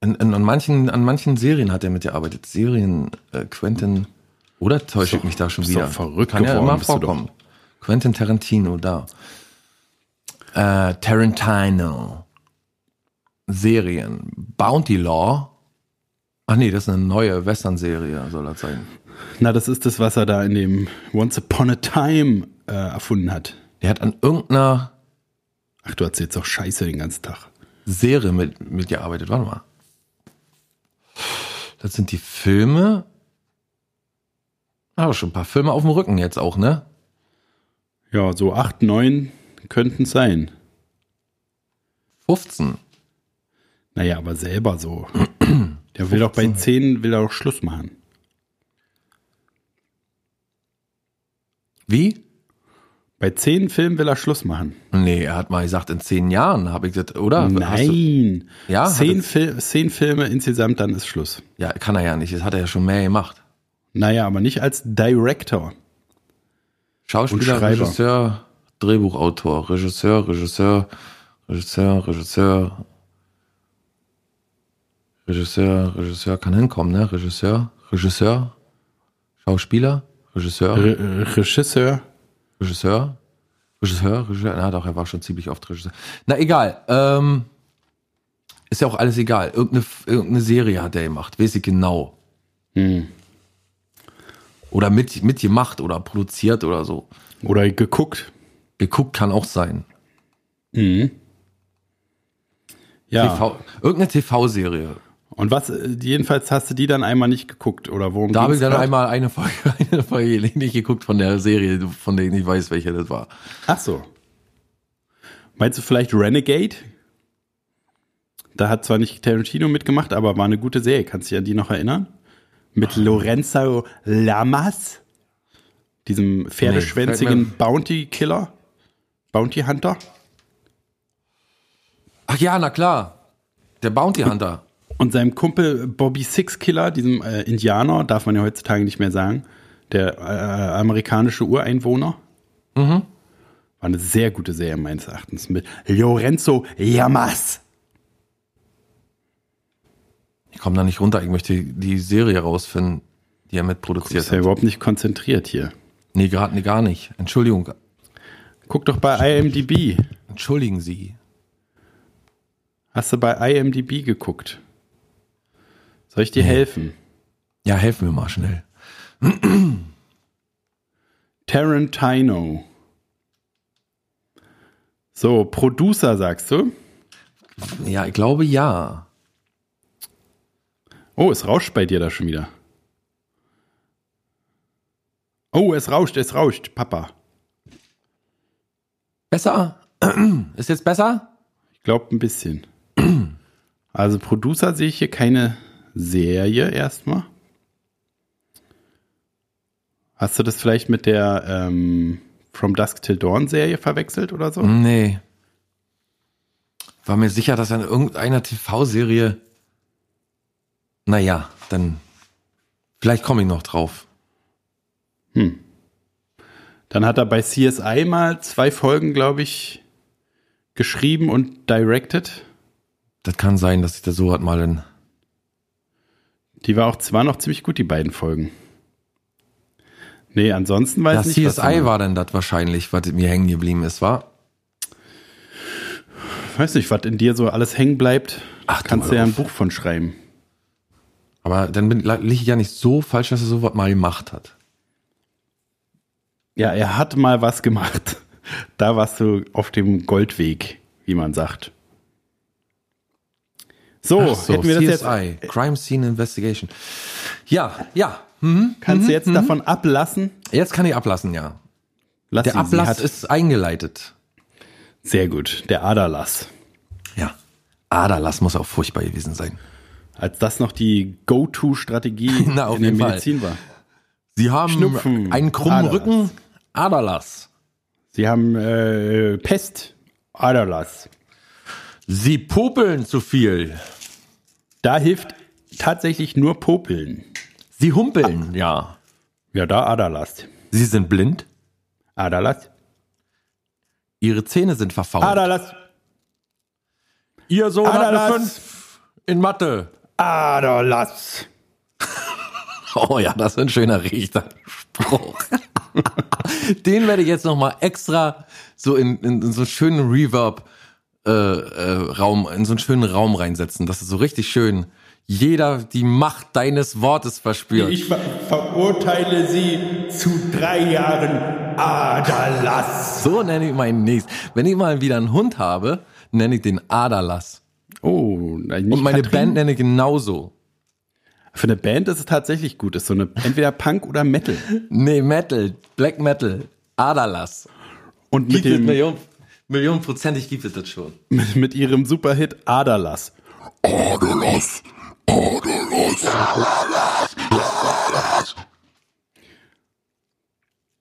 Speaker 1: In, in, an, manchen, an manchen Serien hat er mitgearbeitet. Serien äh, Quentin Oder täusche ich mich da schon
Speaker 2: bist
Speaker 1: wieder?
Speaker 2: doch verrückt
Speaker 1: Kann ja
Speaker 2: geworden,
Speaker 1: immer
Speaker 2: bist du doch.
Speaker 1: vorkommen. Quentin Tarantino, da. Äh, Tarantino. Serien. Bounty Law. Ach nee, das ist eine neue Western-Serie, soll das sein.
Speaker 2: Na, das ist das, was er da in dem Once Upon a Time äh, erfunden hat.
Speaker 1: Der hat an irgendeiner
Speaker 2: Ach, du erzählst doch Scheiße den ganzen Tag.
Speaker 1: Serie mit, mitgearbeitet. Warte mal. Das sind die Filme. Aber schon ein paar Filme auf dem Rücken jetzt auch, ne?
Speaker 2: Ja, so acht, neun könnten es sein.
Speaker 1: 15.
Speaker 2: Naja, aber selber so. Der will doch bei 10 will er doch Schluss machen.
Speaker 1: Wie?
Speaker 2: Bei 10 Filmen will er Schluss machen.
Speaker 1: Nee, er hat mal gesagt, in zehn Jahren habe ich das, oder? Hast du,
Speaker 2: Nein.
Speaker 1: Ja, hat
Speaker 2: zehn,
Speaker 1: es-
Speaker 2: Fil zehn Filme insgesamt, dann ist Schluss.
Speaker 1: ja, kann er ja nicht. Das hat er ja schon mehr gemacht.
Speaker 2: Naja, aber nicht als Director.
Speaker 1: Schauspieler,
Speaker 2: Und Schreiber.
Speaker 1: Regisseur, Drehbuchautor, Regisseur, Regisseur, Regisseur, Regisseur. Regisseur, Regisseur kann hinkommen, ne? Regisseur, Regisseur, Schauspieler, Regisseur.
Speaker 2: Re äh, Regisseur.
Speaker 1: Regisseur? Regisseur? Regisseur? Na doch, er war schon ziemlich oft Regisseur. Na egal. Ähm, ist ja auch alles egal. Irgendeine, irgendeine Serie hat er gemacht, weiß ich genau.
Speaker 2: Hm.
Speaker 1: Oder mit, mitgemacht oder produziert oder so.
Speaker 2: Oder geguckt.
Speaker 1: Geguckt kann auch sein.
Speaker 2: Ja.
Speaker 1: TV, irgendeine TV-Serie.
Speaker 2: Und was, äh, jedenfalls hast du die dann einmal nicht geguckt, oder worum
Speaker 1: Da habe
Speaker 2: ging's
Speaker 1: ich dann
Speaker 2: grad?
Speaker 1: einmal eine Folge, eine Folge nicht geguckt von der Serie, von der ich nicht weiß, welche das war.
Speaker 2: Ach so. Meinst du vielleicht Renegade? Da hat zwar nicht Tarantino mitgemacht, aber war eine gute Serie. Kannst du dich an die noch erinnern? Mit Lorenzo Lamas, diesem pferdeschwänzigen
Speaker 1: Nee, fällt
Speaker 2: Bounty Killer, Bounty Hunter.
Speaker 1: Ach ja, na klar. Der Bounty Hunter.
Speaker 2: Und seinem Kumpel Bobby Six Killer, diesem äh, Indianer, darf man ja heutzutage nicht mehr sagen, der äh, amerikanische Ureinwohner. War eine sehr gute Serie meines Erachtens mit Lorenzo Lamas.
Speaker 1: Ich komme da nicht runter. Ich möchte die Serie rausfinden, die er mitproduziert
Speaker 2: Ist ja
Speaker 1: hat.
Speaker 2: überhaupt nicht konzentriert hier.
Speaker 1: Nee, gerade nee, gar nicht. Entschuldigung.
Speaker 2: Guck doch bei IMDb.
Speaker 1: Entschuldigen Sie.
Speaker 2: Hast du bei IMDb geguckt? Soll ich dir helfen?
Speaker 1: Ja, helfen wir mal schnell.
Speaker 2: Tarantino. So, Producer sagst du?
Speaker 1: Ja, ich glaube ja.
Speaker 2: Oh, es rauscht bei dir da schon wieder. Oh, es rauscht, es rauscht, Papa.
Speaker 1: Besser? Ist jetzt besser?
Speaker 2: Ich glaube ein bisschen. Also Producer sehe ich hier keine Serie erstmal. Hast du das vielleicht mit der ähm, From Dusk Till Dawn Serie verwechselt oder
Speaker 1: Mhm.
Speaker 2: so?
Speaker 1: Nee. War mir sicher, dass an irgendeiner TV-Serie. Naja, dann. Vielleicht komme ich noch drauf.
Speaker 2: Dann hat er bei CSI mal zwei Folgen, glaube ich, geschrieben und directed.
Speaker 1: Das kann sein, dass ich da so hat mal in.
Speaker 2: Die war auch zwar noch ziemlich gut, die beiden Folgen. Nee, ansonsten weiß
Speaker 1: Das
Speaker 2: ich nicht. was er
Speaker 1: CSI war denn das wahrscheinlich, was mir hängen geblieben ist, war?
Speaker 2: Ich weiß nicht, was in dir so alles hängen bleibt.
Speaker 1: Ach, du
Speaker 2: kannst du
Speaker 1: hör
Speaker 2: ja ein
Speaker 1: auf.
Speaker 2: Buch von schreiben.
Speaker 1: Aber dann bin, liege ich ja nicht so falsch, dass er so was mal gemacht hat.
Speaker 2: Ja, er hat mal was gemacht. Da warst du auf dem Goldweg, wie man sagt. So,
Speaker 1: Ach so,
Speaker 2: Oh, hätten wir das jetzt,
Speaker 1: CSI, Crime Scene Investigation. Ja, ja. Hm.
Speaker 2: kannst du jetzt davon ablassen?
Speaker 1: Jetzt kann ich ablassen, ja.
Speaker 2: Lass
Speaker 1: Der
Speaker 2: sie, sie
Speaker 1: Ablass
Speaker 2: hat-
Speaker 1: ist eingeleitet.
Speaker 2: sehr gut, der Aderlass.
Speaker 1: Ja. Aderlass muss auch furchtbar gewesen sein.
Speaker 2: Als das noch die Go-To-Strategie
Speaker 1: Na, auf
Speaker 2: in der
Speaker 1: jeden Fall.
Speaker 2: Medizin war.
Speaker 1: Sie haben
Speaker 2: Schnupfen,
Speaker 1: einen krummen
Speaker 2: Aderlass.
Speaker 1: Rücken, Aderlass.
Speaker 2: Sie haben äh, Pest, Aderlass.
Speaker 1: Sie popeln zu viel.
Speaker 2: Da hilft tatsächlich nur Popeln.
Speaker 1: Sie humpeln, ja.
Speaker 2: Ja, da Aderlass.
Speaker 1: Sie sind blind.
Speaker 2: Aderlass.
Speaker 1: Ihre Zähne sind verfault.
Speaker 2: Aderlass.
Speaker 1: Ihr Sohn
Speaker 2: Aderlass.
Speaker 1: fünf in Mathe.
Speaker 2: Aderlass.
Speaker 1: Oh ja, das ist ein schöner Richterspruch. Den werde ich jetzt nochmal extra so in, in, in so einen schönen Reverb äh, äh, Raum, in so einen schönen Raum reinsetzen. Das ist so richtig schön. Jeder die Macht deines Wortes verspürt.
Speaker 7: Ich ver verurteile sie zu drei Jahren Aderlass.
Speaker 1: so nenne ich meinen nächsten. Wenn ich mal wieder einen Hund habe, nenne ich den Aderlass.
Speaker 2: Oh, nein, nicht
Speaker 1: Und meine
Speaker 2: Katrin.
Speaker 1: Band nenne ich genauso.
Speaker 2: Für eine Band ist es tatsächlich gut. Ist so eine entweder Punk oder Metal.
Speaker 1: Nee, Metal, Black Metal, Aderlass.
Speaker 2: Und mit,
Speaker 1: Gibt es
Speaker 2: dem,
Speaker 1: Million, Millionenprozentig gibt es das schon.
Speaker 2: mit, mit ihrem Superhit Aderlass.
Speaker 3: Adelos. Adelos.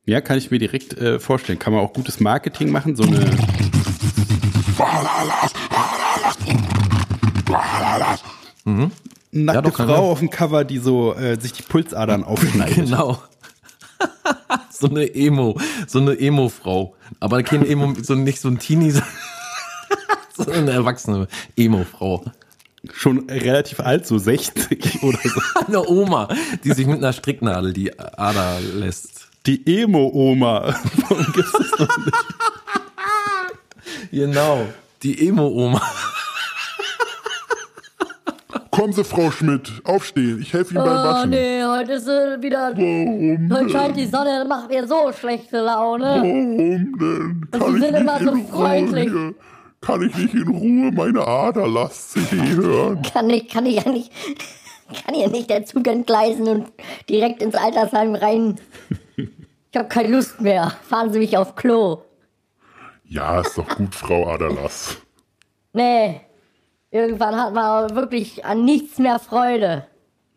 Speaker 2: Ja, kann ich mir direkt äh, vorstellen. Kann man auch gutes Marketing machen. So eine. Mhm.
Speaker 1: Ja,
Speaker 2: Nackte
Speaker 1: doch, kann
Speaker 2: Frau
Speaker 1: sein.
Speaker 2: auf dem Cover, die so äh, sich die Pulsadern aufschneidet.
Speaker 1: Genau. so eine Emo, so eine Emo-Frau. Aber kein Emo, so nicht so ein Teenie, so so eine erwachsene Emo-Frau.
Speaker 2: Schon relativ alt, so 60 oder so.
Speaker 1: Eine Oma, die sich mit einer Stricknadel die Ader lässt.
Speaker 2: Die Emo-Oma.
Speaker 1: Genau. Die Emo-Oma.
Speaker 3: Kommen Sie, Frau Schmidt, aufstehen. Ich helfe Ihnen beim
Speaker 8: Oh
Speaker 3: Waschen.
Speaker 8: nee, heute ist äh, wieder. Heute scheint die Sonne, macht mir so schlechte Laune.
Speaker 3: Warum denn? Kann
Speaker 8: Sie sind immer so
Speaker 3: in
Speaker 8: freundlich.
Speaker 3: Ruhe, kann ich nicht in Ruhe meine Aderlass-CD hören?
Speaker 6: Kann ich, kann ich ja nicht, kann ja nicht der Zug entgleisen und direkt ins Altersheim rein. Ich habe keine Lust mehr. Fahren Sie mich auf Klo.
Speaker 3: Ja, ist doch gut, Frau Aderlass.
Speaker 6: Nee. Irgendwann hat man wirklich an nichts mehr Freude.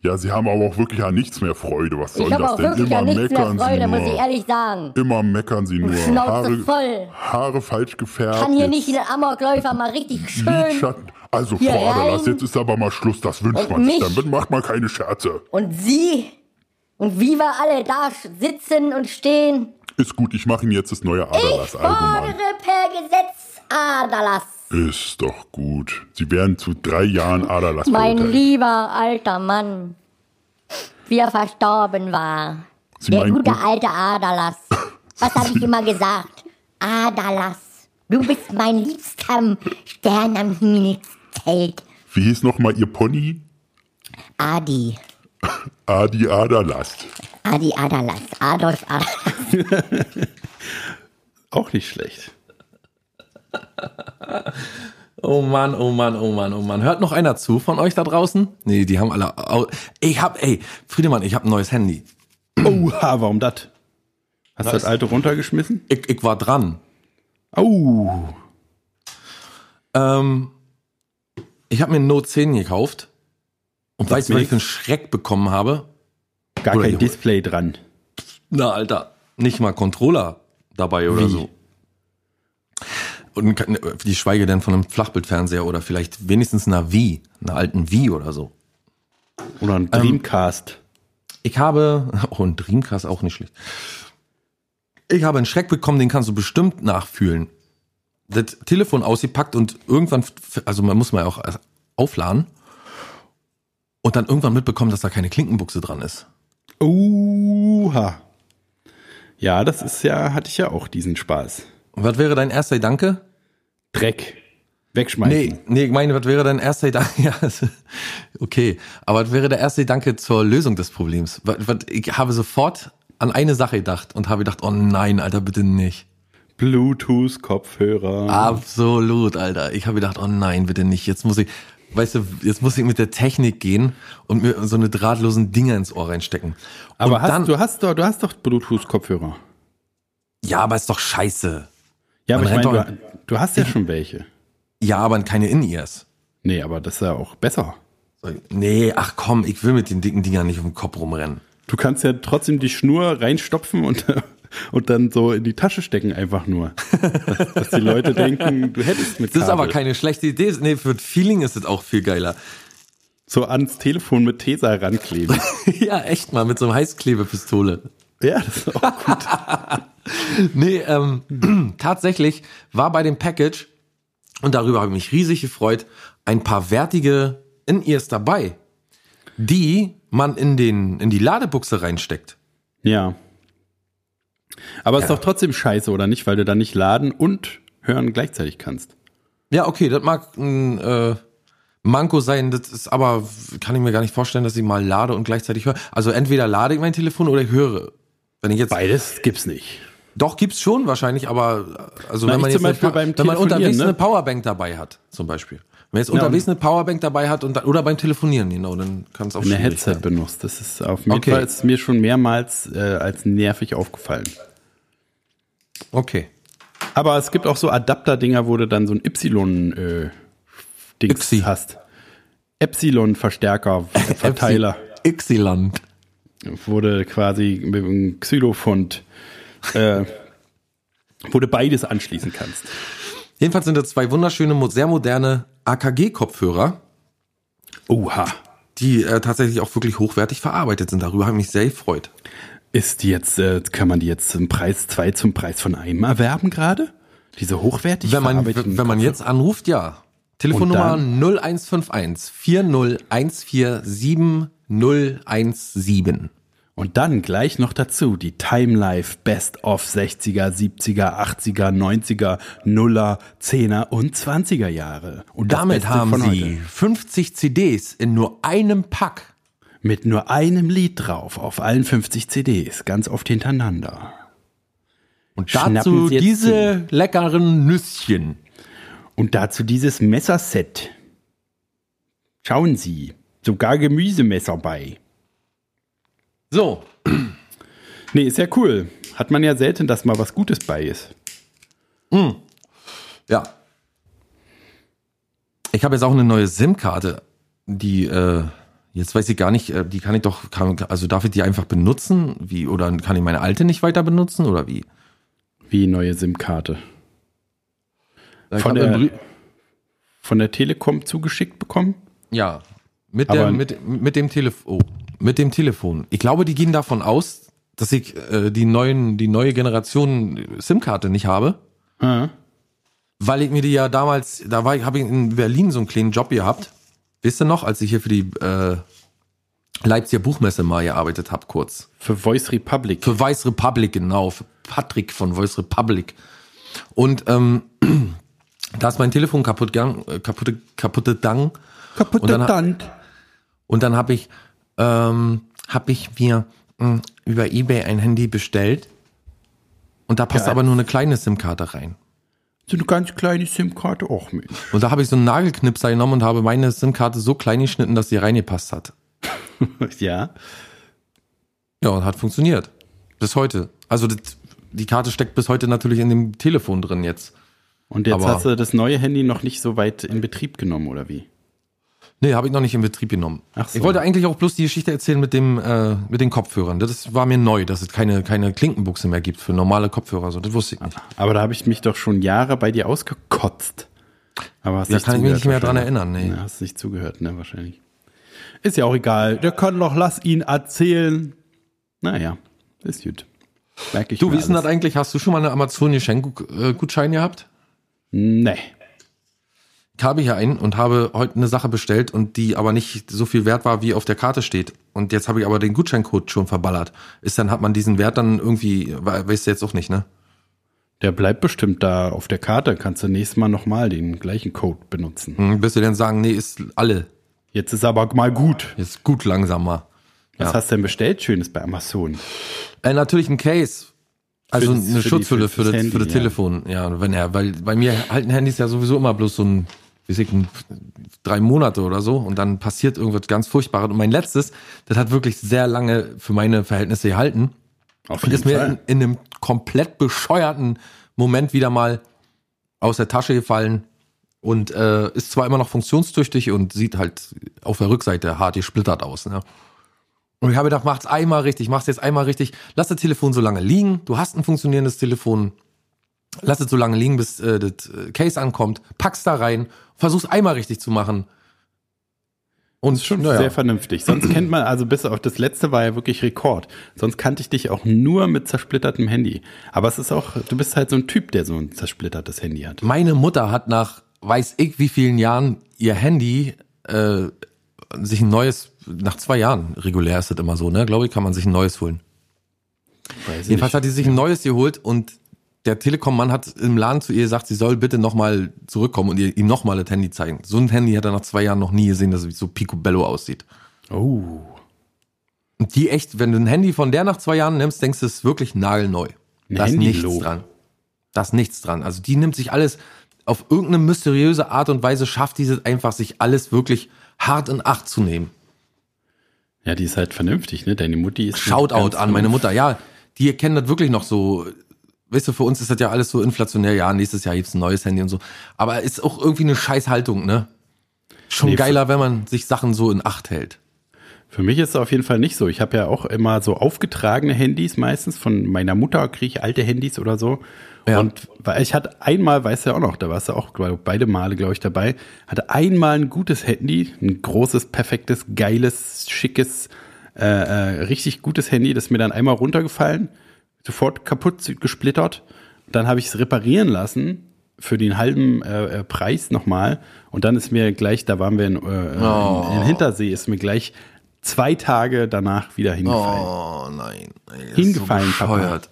Speaker 3: Ja, Sie haben aber auch wirklich an nichts mehr Freude. Was soll
Speaker 6: Ich habe
Speaker 3: das
Speaker 6: auch
Speaker 3: denn?
Speaker 6: wirklich
Speaker 3: Immer
Speaker 6: an nichts mehr
Speaker 3: meckern Sie
Speaker 6: Freude, muss ich
Speaker 3: nur.
Speaker 6: ehrlich sagen.
Speaker 3: Immer meckern Sie nur.
Speaker 6: Schnauze
Speaker 3: Haare,
Speaker 6: voll.
Speaker 3: Haare falsch gefärbt.
Speaker 6: Kann hier
Speaker 3: jetzt
Speaker 6: nicht in den Amokläufer mal richtig schön.
Speaker 3: Lidschatten. Also,
Speaker 6: hier
Speaker 3: Frau Aderlass,
Speaker 6: rein.
Speaker 3: jetzt ist aber mal Schluss. Das wünscht
Speaker 6: Und
Speaker 3: man sich.
Speaker 6: mich.
Speaker 3: Damit macht man keine Scherze.
Speaker 6: Und Sie und wie wir alle da sitzen und stehen,
Speaker 3: Ist gut, ich mache Ihnen jetzt das neue Aderlass-Album
Speaker 6: fordere per Gesetz Aderlass.
Speaker 3: an. Ist doch gut. Sie werden zu drei Jahren Aderlass
Speaker 6: Mein
Speaker 3: verurteilt.
Speaker 6: lieber alter Mann, wie er verstorben war.
Speaker 3: Sie
Speaker 6: Der
Speaker 3: meinen
Speaker 6: gute
Speaker 3: gut-
Speaker 6: alte Aderlass. Was habe ich immer gesagt? Aderlass, du bist mein liebster Stern am Himmelszelt.
Speaker 3: Wie hieß nochmal Ihr Pony?
Speaker 6: Adi.
Speaker 3: Adi Aderlast.
Speaker 6: Adi Aderlass. Adolf Aderlass.
Speaker 2: Auch nicht schlecht.
Speaker 1: Oh Mann, oh Mann, oh Mann, oh Mann. Hört noch einer zu von euch da draußen? Nee, die haben alle. au- Ich hab, ey, Friedemann, ich hab ein neues Handy.
Speaker 2: Oha, warum das? Hast du das alte runtergeschmissen?
Speaker 1: Ich, ich war dran.
Speaker 2: Oh.
Speaker 1: Ähm, ich habe mir ein Note 10 gekauft. Und weißt du, was ich
Speaker 2: nix.
Speaker 1: für einen Schreck bekommen habe?
Speaker 2: Gar
Speaker 1: Oder
Speaker 2: kein
Speaker 1: die-
Speaker 2: Display dran.
Speaker 1: Na, Alter, nicht mal Controller dabei oder
Speaker 2: Wie?
Speaker 1: so. Und kann- die schweige denn von einem Flachbildfernseher oder vielleicht wenigstens einer Wii, einer alten Wii oder so.
Speaker 2: Oder ein Dreamcast.
Speaker 1: Ich habe, oh, ein Dreamcast auch nicht schlecht. Ich habe einen Schreck bekommen, den kannst du bestimmt nachfühlen. Das Telefon ausgepackt und irgendwann, f- also man muss mal auch erst aufladen und dann irgendwann mitbekommen, dass da keine Klinkenbuchse dran ist.
Speaker 2: Oha. Ja, das ist ja, hatte ich ja auch diesen Spaß.
Speaker 1: Und was wäre dein erster Gedanke?
Speaker 2: Dreck. Wegschmeißen.
Speaker 1: Nee, nee, ich meine, was wäre dein erster Gedanke? Ja, es- okay, aber was wäre der erste Gedanke zur Lösung des Problems? Was, was, ich habe sofort an eine Sache gedacht und habe gedacht, oh nein, Alter, bitte nicht.
Speaker 2: Bluetooth-Kopfhörer.
Speaker 1: Ah, Absolut, Alter. Ich habe gedacht, oh nein, bitte nicht. Jetzt muss ich, weißt du, jetzt muss ich mit der Technik gehen und mir so eine drahtlosen Dinger ins Ohr reinstecken.
Speaker 2: Aber
Speaker 1: und
Speaker 2: hast,
Speaker 1: dann,
Speaker 2: du hast doch, du hast doch Bluetooth-Kopfhörer.
Speaker 1: ja, aber ist doch scheiße.
Speaker 2: Ja, aber
Speaker 1: Man
Speaker 2: ich
Speaker 1: rennt
Speaker 2: meine, du, du hast ja schon welche.
Speaker 1: Ja, aber keine In-Ears.
Speaker 2: Nee, aber das ist ja auch besser.
Speaker 1: So, Nee, ach komm, ich will mit den dicken Dingern nicht um den Kopf rumrennen.
Speaker 2: Du kannst ja trotzdem die Schnur reinstopfen und, und dann so in die Tasche stecken einfach nur. dass, dass die Leute denken, du hättest mit
Speaker 1: Das ist
Speaker 2: Kabel.
Speaker 1: aber keine schlechte Idee. Nee, für das Feeling ist es auch viel geiler.
Speaker 2: So ans Telefon mit Tesa rankleben.
Speaker 1: ja, echt mal, mit so einer Heißklebepistole.
Speaker 2: ja, das ist auch gut.
Speaker 1: Nee, ähm, tatsächlich war bei dem Package, und darüber habe ich mich riesig gefreut, ein paar wertige In-Ears dabei. die man in, den, in die Ladebuchse reinsteckt.
Speaker 2: Ja. Aber es ist doch trotzdem scheiße, oder nicht? Weil du dann nicht laden und hören gleichzeitig kannst.
Speaker 1: Ja, okay, das mag ein äh, Manko sein, das ist aber, kann ich mir gar nicht vorstellen, dass ich mal lade und gleichzeitig höre. Also entweder lade ich mein Telefon oder ich höre. Wenn ich jetzt.
Speaker 2: Beides gibt's nicht.
Speaker 1: Doch, gibt's schon wahrscheinlich, aber also
Speaker 2: Na,
Speaker 1: wenn man
Speaker 2: ich zum
Speaker 1: jetzt eine
Speaker 2: Beispiel
Speaker 1: Pa-
Speaker 2: beim
Speaker 1: wenn man unterwegs
Speaker 2: Telefonieren, ne?
Speaker 1: eine Powerbank dabei hat, zum Beispiel. Wenn man jetzt unterwegs eine Powerbank dabei hat und dann, oder beim Telefonieren, genau, dann kann es auch
Speaker 2: Wenn du ein
Speaker 1: schwierig
Speaker 2: Headset
Speaker 1: sein.
Speaker 2: benutzt, das ist auf jeden
Speaker 1: Okay.
Speaker 2: Fall ist mir schon mehrmals äh, als nervig aufgefallen.
Speaker 1: Okay.
Speaker 2: Aber es gibt auch so Adapter-Dinger, wo du dann so ein Y-Dings
Speaker 1: Yxi.
Speaker 2: hast. Epsilon-Verstärker, Verteiler.
Speaker 1: Ixiland.
Speaker 2: wurde quasi mit einem Xylophont, äh, wo du beides anschließen kannst.
Speaker 1: Jedenfalls sind das zwei wunderschöne, mo- sehr moderne AKG-Kopfhörer,
Speaker 2: Oha.
Speaker 1: die äh, tatsächlich auch wirklich hochwertig verarbeitet sind. Darüber habe ich mich sehr gefreut.
Speaker 2: Ist die jetzt, äh, kann man die jetzt zum Preis 2 zum Preis von einem erwerben gerade? Diese hochwertig
Speaker 1: Wenn man,
Speaker 2: verarbeiteten
Speaker 1: wenn man jetzt anruft, ja. Telefonnummer
Speaker 2: Und
Speaker 1: 0151 40147 017.
Speaker 2: Und dann gleich noch dazu die Time Life Best of 60er, 70er, 80er, 90er, Nuller, 10er und 20er Jahre. Und das
Speaker 1: Damit
Speaker 2: Beste
Speaker 1: haben
Speaker 2: von
Speaker 1: sie
Speaker 2: heute.
Speaker 1: 50 CDs in nur einem Pack.
Speaker 2: mit nur einem Lied drauf auf allen 50 CDs, ganz oft hintereinander.
Speaker 1: Und
Speaker 2: Schnappen
Speaker 1: dazu
Speaker 2: Sie jetzt
Speaker 1: diese leckeren Nüsschen.
Speaker 2: Und dazu dieses Messerset. Schauen Sie, sogar Gemüsemesser bei.
Speaker 1: So,
Speaker 2: Nee, ist ja cool. Hat man ja selten, dass mal was Gutes bei ist.
Speaker 1: ja. Ich habe jetzt auch eine neue SIM-Karte, die, äh, jetzt weiß ich gar nicht, äh, die kann ich doch, kann, also darf ich die einfach benutzen? Wie, oder kann ich meine alte nicht weiter benutzen? Oder wie?
Speaker 2: Wie neue SIM-Karte.
Speaker 1: Ich
Speaker 2: Von
Speaker 1: habe
Speaker 2: der-
Speaker 1: einen Brie-
Speaker 2: Von der Telekom zugeschickt bekommen?
Speaker 1: Ja, mit, der,
Speaker 2: Aber-
Speaker 1: mit, mit, dem Telefon, mit dem Telefon. Ich glaube, die gehen davon aus, dass ich äh, die, neuen, die neue Generation äh, SIM-Karte nicht habe,
Speaker 2: Ah,
Speaker 1: weil ich mir die ja damals, da war ich, habe ich in Berlin so einen kleinen Job gehabt. Wisst ihr noch, als ich hier für die äh, Leipziger Buchmesse mal gearbeitet habe, kurz
Speaker 2: für Voice Republic.
Speaker 1: für Voice Republic, genau, für Patrick von Voice Republic. Und ähm, da ist mein Telefon kaputt gegangen, äh, kaputte, kaputte Dang. Kaputte und dann,
Speaker 2: Dant.
Speaker 1: Und dann habe ich, ähm, hab ich mir mh, über Ebay ein Handy bestellt. Und da passt aber nur eine kleine SIM-Karte rein.
Speaker 2: So eine ganz kleine SIM-Karte auch mit.
Speaker 1: Und da habe ich so einen Nagelknipser genommen und habe meine SIM-Karte so klein geschnitten, dass sie reingepasst hat.
Speaker 2: ja.
Speaker 1: Ja, und hat funktioniert. Bis heute. Also das, die Karte steckt bis heute natürlich in dem Telefon drin jetzt.
Speaker 2: Und jetzt
Speaker 1: Aber-
Speaker 2: hast du das neue Handy noch nicht so weit in Betrieb genommen, oder wie?
Speaker 1: Nee, habe ich noch nicht in Betrieb genommen.
Speaker 2: Ach so.
Speaker 1: Ich wollte eigentlich auch bloß die Geschichte erzählen mit dem äh, mit den Kopfhörern. Das war mir neu, dass es keine keine Klinkenbuchse mehr gibt für normale Kopfhörer. So, das wusste ich nicht.
Speaker 2: Aber da habe ich mich doch schon Jahre bei dir ausgekotzt. Aber hast
Speaker 1: Da
Speaker 2: nicht
Speaker 1: kann ich mich
Speaker 2: zugehört
Speaker 1: nicht mehr dran
Speaker 2: wahrscheinlich.
Speaker 1: erinnern, nee.
Speaker 2: Ja, hast nicht zugehört, ne, wahrscheinlich. Ist ja auch egal. Der kann doch, lass ihn erzählen. Naja, ist gut. Merk ich
Speaker 1: Du,
Speaker 2: mir
Speaker 1: wie ist denn das
Speaker 2: alles.
Speaker 1: eigentlich? Hast du schon mal eine Amazon-Geschenkgutschein gehabt?
Speaker 2: Nee.
Speaker 1: Ich habe hier einen und habe heute eine Sache bestellt und die aber nicht so viel wert war, wie auf der Karte steht. Und jetzt habe ich aber den Gutscheincode schon verballert. Ist dann, hat man diesen Wert dann irgendwie, we- weißt du jetzt auch nicht, ne?
Speaker 2: Der bleibt bestimmt da auf der Karte. Kannst du nächstes Mal nochmal den gleichen Code benutzen.
Speaker 1: Hm, Wirst du denn sagen, nee, ist alle.
Speaker 2: Jetzt ist aber mal gut.
Speaker 1: Jetzt gut langsamer.
Speaker 2: Was
Speaker 1: Ja.
Speaker 2: hast du denn bestellt Schönes bei Amazon?
Speaker 1: Äh, natürlich ein Case. Also
Speaker 2: das-
Speaker 1: eine
Speaker 2: für die-
Speaker 1: Schutzhülle für,
Speaker 2: für das
Speaker 1: das,
Speaker 2: Handy,
Speaker 1: für das
Speaker 2: ja.
Speaker 1: Telefon. Ja, wenn er, weil bei mir halten Handys ja sowieso immer bloß so ein, wie ich, ein, drei Monate oder so und dann passiert irgendwas ganz Furchtbares. Und mein letztes, das hat wirklich sehr lange für meine Verhältnisse gehalten
Speaker 2: Auf
Speaker 1: und ist mir in, in einem komplett bescheuerten Moment wieder mal aus der Tasche gefallen und äh, ist zwar immer noch funktionstüchtig und sieht halt auf der Rückseite hart gesplittert aus. Ne? Und ich habe gedacht, macht's einmal richtig, mach's jetzt einmal richtig, lass das Telefon so lange liegen, du hast ein funktionierendes Telefon, lass es so lange liegen, bis äh, das äh, Case ankommt, pack's da rein, versuch's einmal richtig zu machen. Und schon
Speaker 2: Sehr vernünftig. Sonst kennt man, also bis auf das letzte war ja wirklich Rekord. Sonst kannte ich dich auch nur mit zersplittertem Handy. Aber es ist auch, du bist halt so ein Typ, der so ein zersplittertes Handy hat.
Speaker 1: Meine Mutter hat nach weiß ich wie vielen Jahren ihr Handy äh, sich ein neues, nach zwei Jahren, regulär ist das immer so, ne? Glaube ich, kann man sich ein neues holen. Jedenfalls hat die sich ein neues geholt und der Telekom-Mann hat im Laden zu ihr gesagt, sie soll bitte nochmal zurückkommen und ihr, ihm nochmal das Handy zeigen. So ein Handy hat er nach zwei Jahren noch nie gesehen, dass es so picobello aussieht.
Speaker 2: Oh.
Speaker 1: Und die echt, wenn du ein Handy von der nach zwei Jahren nimmst, denkst du, es ist wirklich nagelneu. da ist nichts
Speaker 2: Handylob.
Speaker 1: dran. Da ist nichts dran. Also die nimmt sich alles, auf irgendeine mysteriöse Art und Weise schafft diese einfach, sich alles wirklich hart in Acht zu nehmen.
Speaker 2: Ja, die ist halt vernünftig, ne? Deine Mutti ist.
Speaker 1: Shoutout
Speaker 2: ganz
Speaker 1: an meine
Speaker 2: doof.
Speaker 1: Mutter. Ja, die kennen das wirklich noch so. Weißt du, für uns ist das ja alles so inflationär. Ja, nächstes Jahr gibt's ein neues Handy und so. Aber ist auch irgendwie eine Scheißhaltung, ne? Schon
Speaker 2: Nee, für-
Speaker 1: geiler, wenn man sich Sachen so in Acht hält.
Speaker 2: Für mich ist es auf jeden Fall nicht so. Ich habe ja auch immer so aufgetragene Handys meistens. Von meiner Mutter kriege ich alte Handys oder so.
Speaker 1: Ja.
Speaker 2: Und weil ich hatte einmal, weißt du ja auch noch, da warst du auch glaub, beide Male, glaube ich, dabei, hatte einmal ein gutes Handy, ein großes, perfektes, geiles, schickes, äh, äh, richtig gutes Handy, das ist mir dann einmal runtergefallen, sofort kaputt gesplittert. Dann habe ich es reparieren lassen für den halben äh, äh, Preis nochmal. Und dann ist mir gleich, da waren wir in, äh, in, in Hintersee, ist mir gleich zwei Tage danach wieder hingefallen.
Speaker 1: Oh nein. ey, das ist
Speaker 2: Hingefallen,
Speaker 1: so
Speaker 2: Papa.
Speaker 1: bescheuert.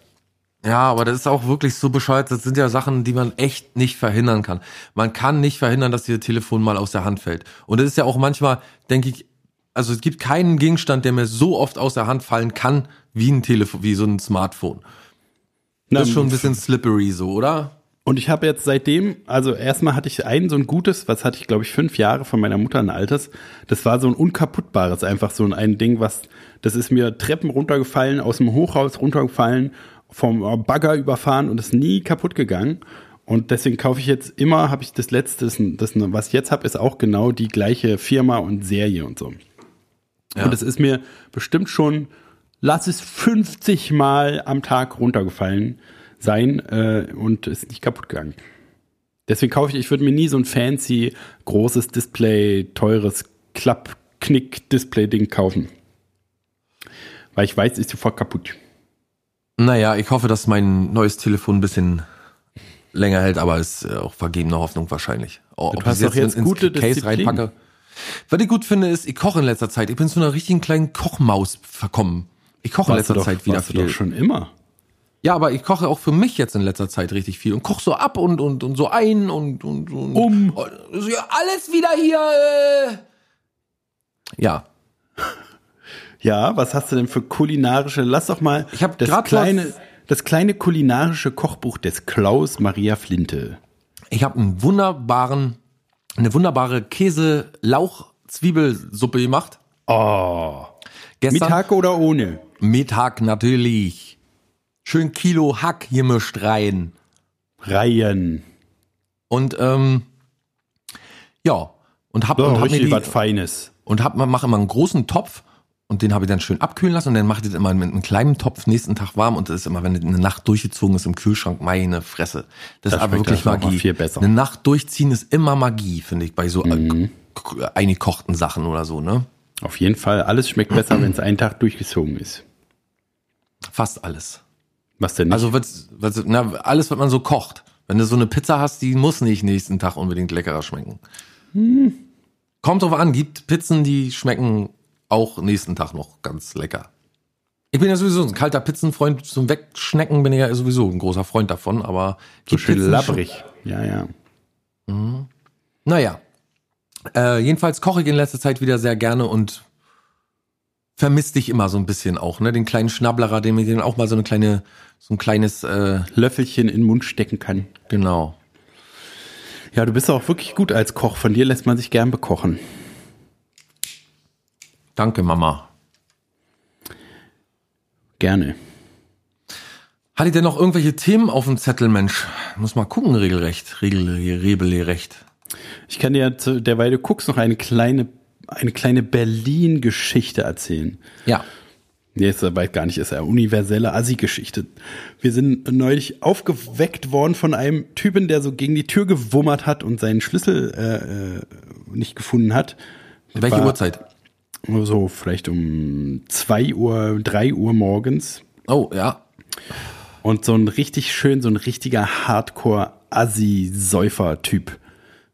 Speaker 1: Ja, aber das ist auch wirklich so bescheuert. Das sind ja Sachen, die man echt nicht verhindern kann. Man kann nicht verhindern, dass ihr Telefon mal aus der Hand fällt. Und das ist ja auch manchmal, denke ich, also es gibt keinen Gegenstand, der mir so oft aus der Hand fallen kann, wie ein Telefon, wie so ein Smartphone.
Speaker 2: Na,
Speaker 1: Das ist schon ein bisschen slippery so, oder?
Speaker 2: Und ich habe jetzt seitdem, also erstmal hatte ich ein so ein gutes, was hatte ich glaube ich fünf Jahre von meiner Mutter ein altes. Das war so ein unkaputtbares, einfach so ein, ein Ding, was, das ist mir Treppen runtergefallen, aus dem Hochhaus runtergefallen, vom äh, Bagger überfahren und ist nie kaputt gegangen. Und deswegen kaufe ich jetzt immer, habe ich das letzte, das, das was ich jetzt habe, ist auch genau die gleiche Firma und Serie und so. Und es ist mir bestimmt schon, lass es 50 Mal am Tag runtergefallen sein äh, und ist nicht kaputt gegangen. Deswegen kaufe ich, ich würde mir nie so ein fancy, großes Display, teures Klapp-Knick-Display-Ding kaufen. Weil ich weiß, ist sofort kaputt.
Speaker 1: Naja, ich hoffe, dass mein neues Telefon ein bisschen länger hält, aber ist äh, auch vergebene Hoffnung wahrscheinlich. Oh,
Speaker 2: Du
Speaker 1: ob
Speaker 2: hast
Speaker 1: ich's
Speaker 2: doch jetzt
Speaker 1: ins
Speaker 2: gute
Speaker 1: Case
Speaker 2: Disziplin.
Speaker 1: reinpacke. Was ich gut finde, ist, ich koche in letzter Zeit. Ich bin zu einer richtigen kleinen Kochmaus verkommen. Ich koche in
Speaker 2: Warst
Speaker 1: letzter
Speaker 2: du doch-
Speaker 1: Zeit wieder
Speaker 2: warst du doch
Speaker 1: viel.
Speaker 2: schon immer.
Speaker 1: Ja, aber ich koche auch für mich jetzt in letzter Zeit richtig viel und koche so ab und und und so ein und und, und
Speaker 2: Um.
Speaker 1: Und, so, ja, alles wieder hier. Äh. Ja,
Speaker 2: Ja, was hast du denn für kulinarische? Lass doch mal
Speaker 1: Ich hab
Speaker 2: das
Speaker 1: grad
Speaker 2: kleine,
Speaker 1: was-
Speaker 2: das kleine kulinarische Kochbuch des Klaus Maria Flinte.
Speaker 1: Ich habe einen wunderbaren, eine wunderbare Käse-Lauch-Zwiebelsuppe gemacht.
Speaker 2: Oh. Mit
Speaker 1: Gestern
Speaker 2: Hake oder ohne?
Speaker 1: Mittag natürlich. Schön Kilo Hack gemischt rein.
Speaker 2: Reihen.
Speaker 1: Und ähm, ja, und hab,
Speaker 2: So,
Speaker 1: und hab mir
Speaker 2: richtig was
Speaker 1: die,
Speaker 2: Feines.
Speaker 1: und hab man mache immer einen großen Topf und den habe ich dann schön abkühlen lassen und dann mache ich das immer mit einem kleinen Topf nächsten Tag warm und das ist immer, wenn das eine Nacht durchgezogen ist im Kühlschrank, meine Fresse. Das, ist
Speaker 2: Das
Speaker 1: aber
Speaker 2: schmeckt
Speaker 1: wirklich
Speaker 2: ja noch mal
Speaker 1: Magie.
Speaker 2: viel besser. Mhm.
Speaker 1: Eine Nacht durchziehen ist immer Magie, finde ich, bei so äh, k- eingekochten Sachen oder so, ne?
Speaker 2: Auf jeden Fall, alles schmeckt besser, wenn es einen Tag durchgezogen ist.
Speaker 1: Fast alles.
Speaker 2: Was denn nicht?
Speaker 1: Also was, was, na, alles, was man so kocht. Wenn du so eine Pizza hast, die muss nicht nächsten Tag unbedingt leckerer schmecken. Kommt drauf an, gibt Pizzen, die schmecken auch nächsten Tag noch ganz lecker. Ich bin ja sowieso ein kalter Pizzenfreund, zum Wegschnecken bin ich ja sowieso ein großer Freund davon, aber
Speaker 2: so
Speaker 1: gibt
Speaker 2: schön
Speaker 1: Pizzen schon-
Speaker 2: labbrig. Ja, ja.
Speaker 1: Naja. Äh, jedenfalls koche ich in letzter Zeit wieder sehr gerne und vermisse dich immer so ein bisschen auch, ne? Den kleinen Schnablerer, den ich den auch mal so eine kleine, so ein kleines, äh,
Speaker 2: Löffelchen in den Mund stecken kann.
Speaker 1: genau.
Speaker 2: Ja, du bist auch wirklich gut als Koch. Von dir lässt man sich gern bekochen.
Speaker 1: Danke, Mama.
Speaker 2: Gerne.
Speaker 1: Hatte ich denn noch irgendwelche Themen auf dem Zettel, Mensch? Muss mal gucken, regelrecht. Regel, regelrecht.
Speaker 2: Ich kann dir zu- derweil du guckst noch eine kleine, eine kleine Berlin-Geschichte erzählen.
Speaker 1: Ja.
Speaker 2: Nee, ist weit äh, gar nicht, ist eine universelle Assi-Geschichte. Wir sind neulich aufgeweckt worden von einem Typen, der so gegen die Tür gewummert hat und seinen Schlüssel äh, äh, nicht gefunden hat.
Speaker 1: Welche
Speaker 2: War-
Speaker 1: Uhrzeit?
Speaker 2: So, vielleicht um 2 Uhr, 3 Uhr morgens.
Speaker 1: Oh, ja.
Speaker 2: Und so ein richtig schön, so ein richtiger Hardcore-Assi-Säufer-Typ.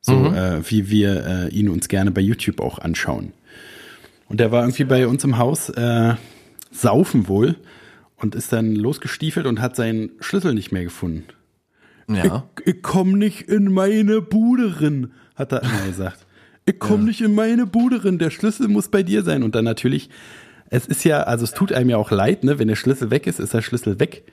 Speaker 2: So äh, wie wir äh, ihn uns gerne bei YouTube auch anschauen. Und der war irgendwie bei uns im Haus äh, saufen wohl und ist dann losgestiefelt und hat seinen Schlüssel nicht mehr gefunden.
Speaker 1: Ja.
Speaker 2: Ich komm nicht in meine Bude rin, hat er immer gesagt. Ich komm nicht in meine Bude rin, der Schlüssel muss bei dir sein. Und dann natürlich, es ist ja, also es tut einem ja auch leid, ne? Wenn der Schlüssel weg ist, ist der Schlüssel weg.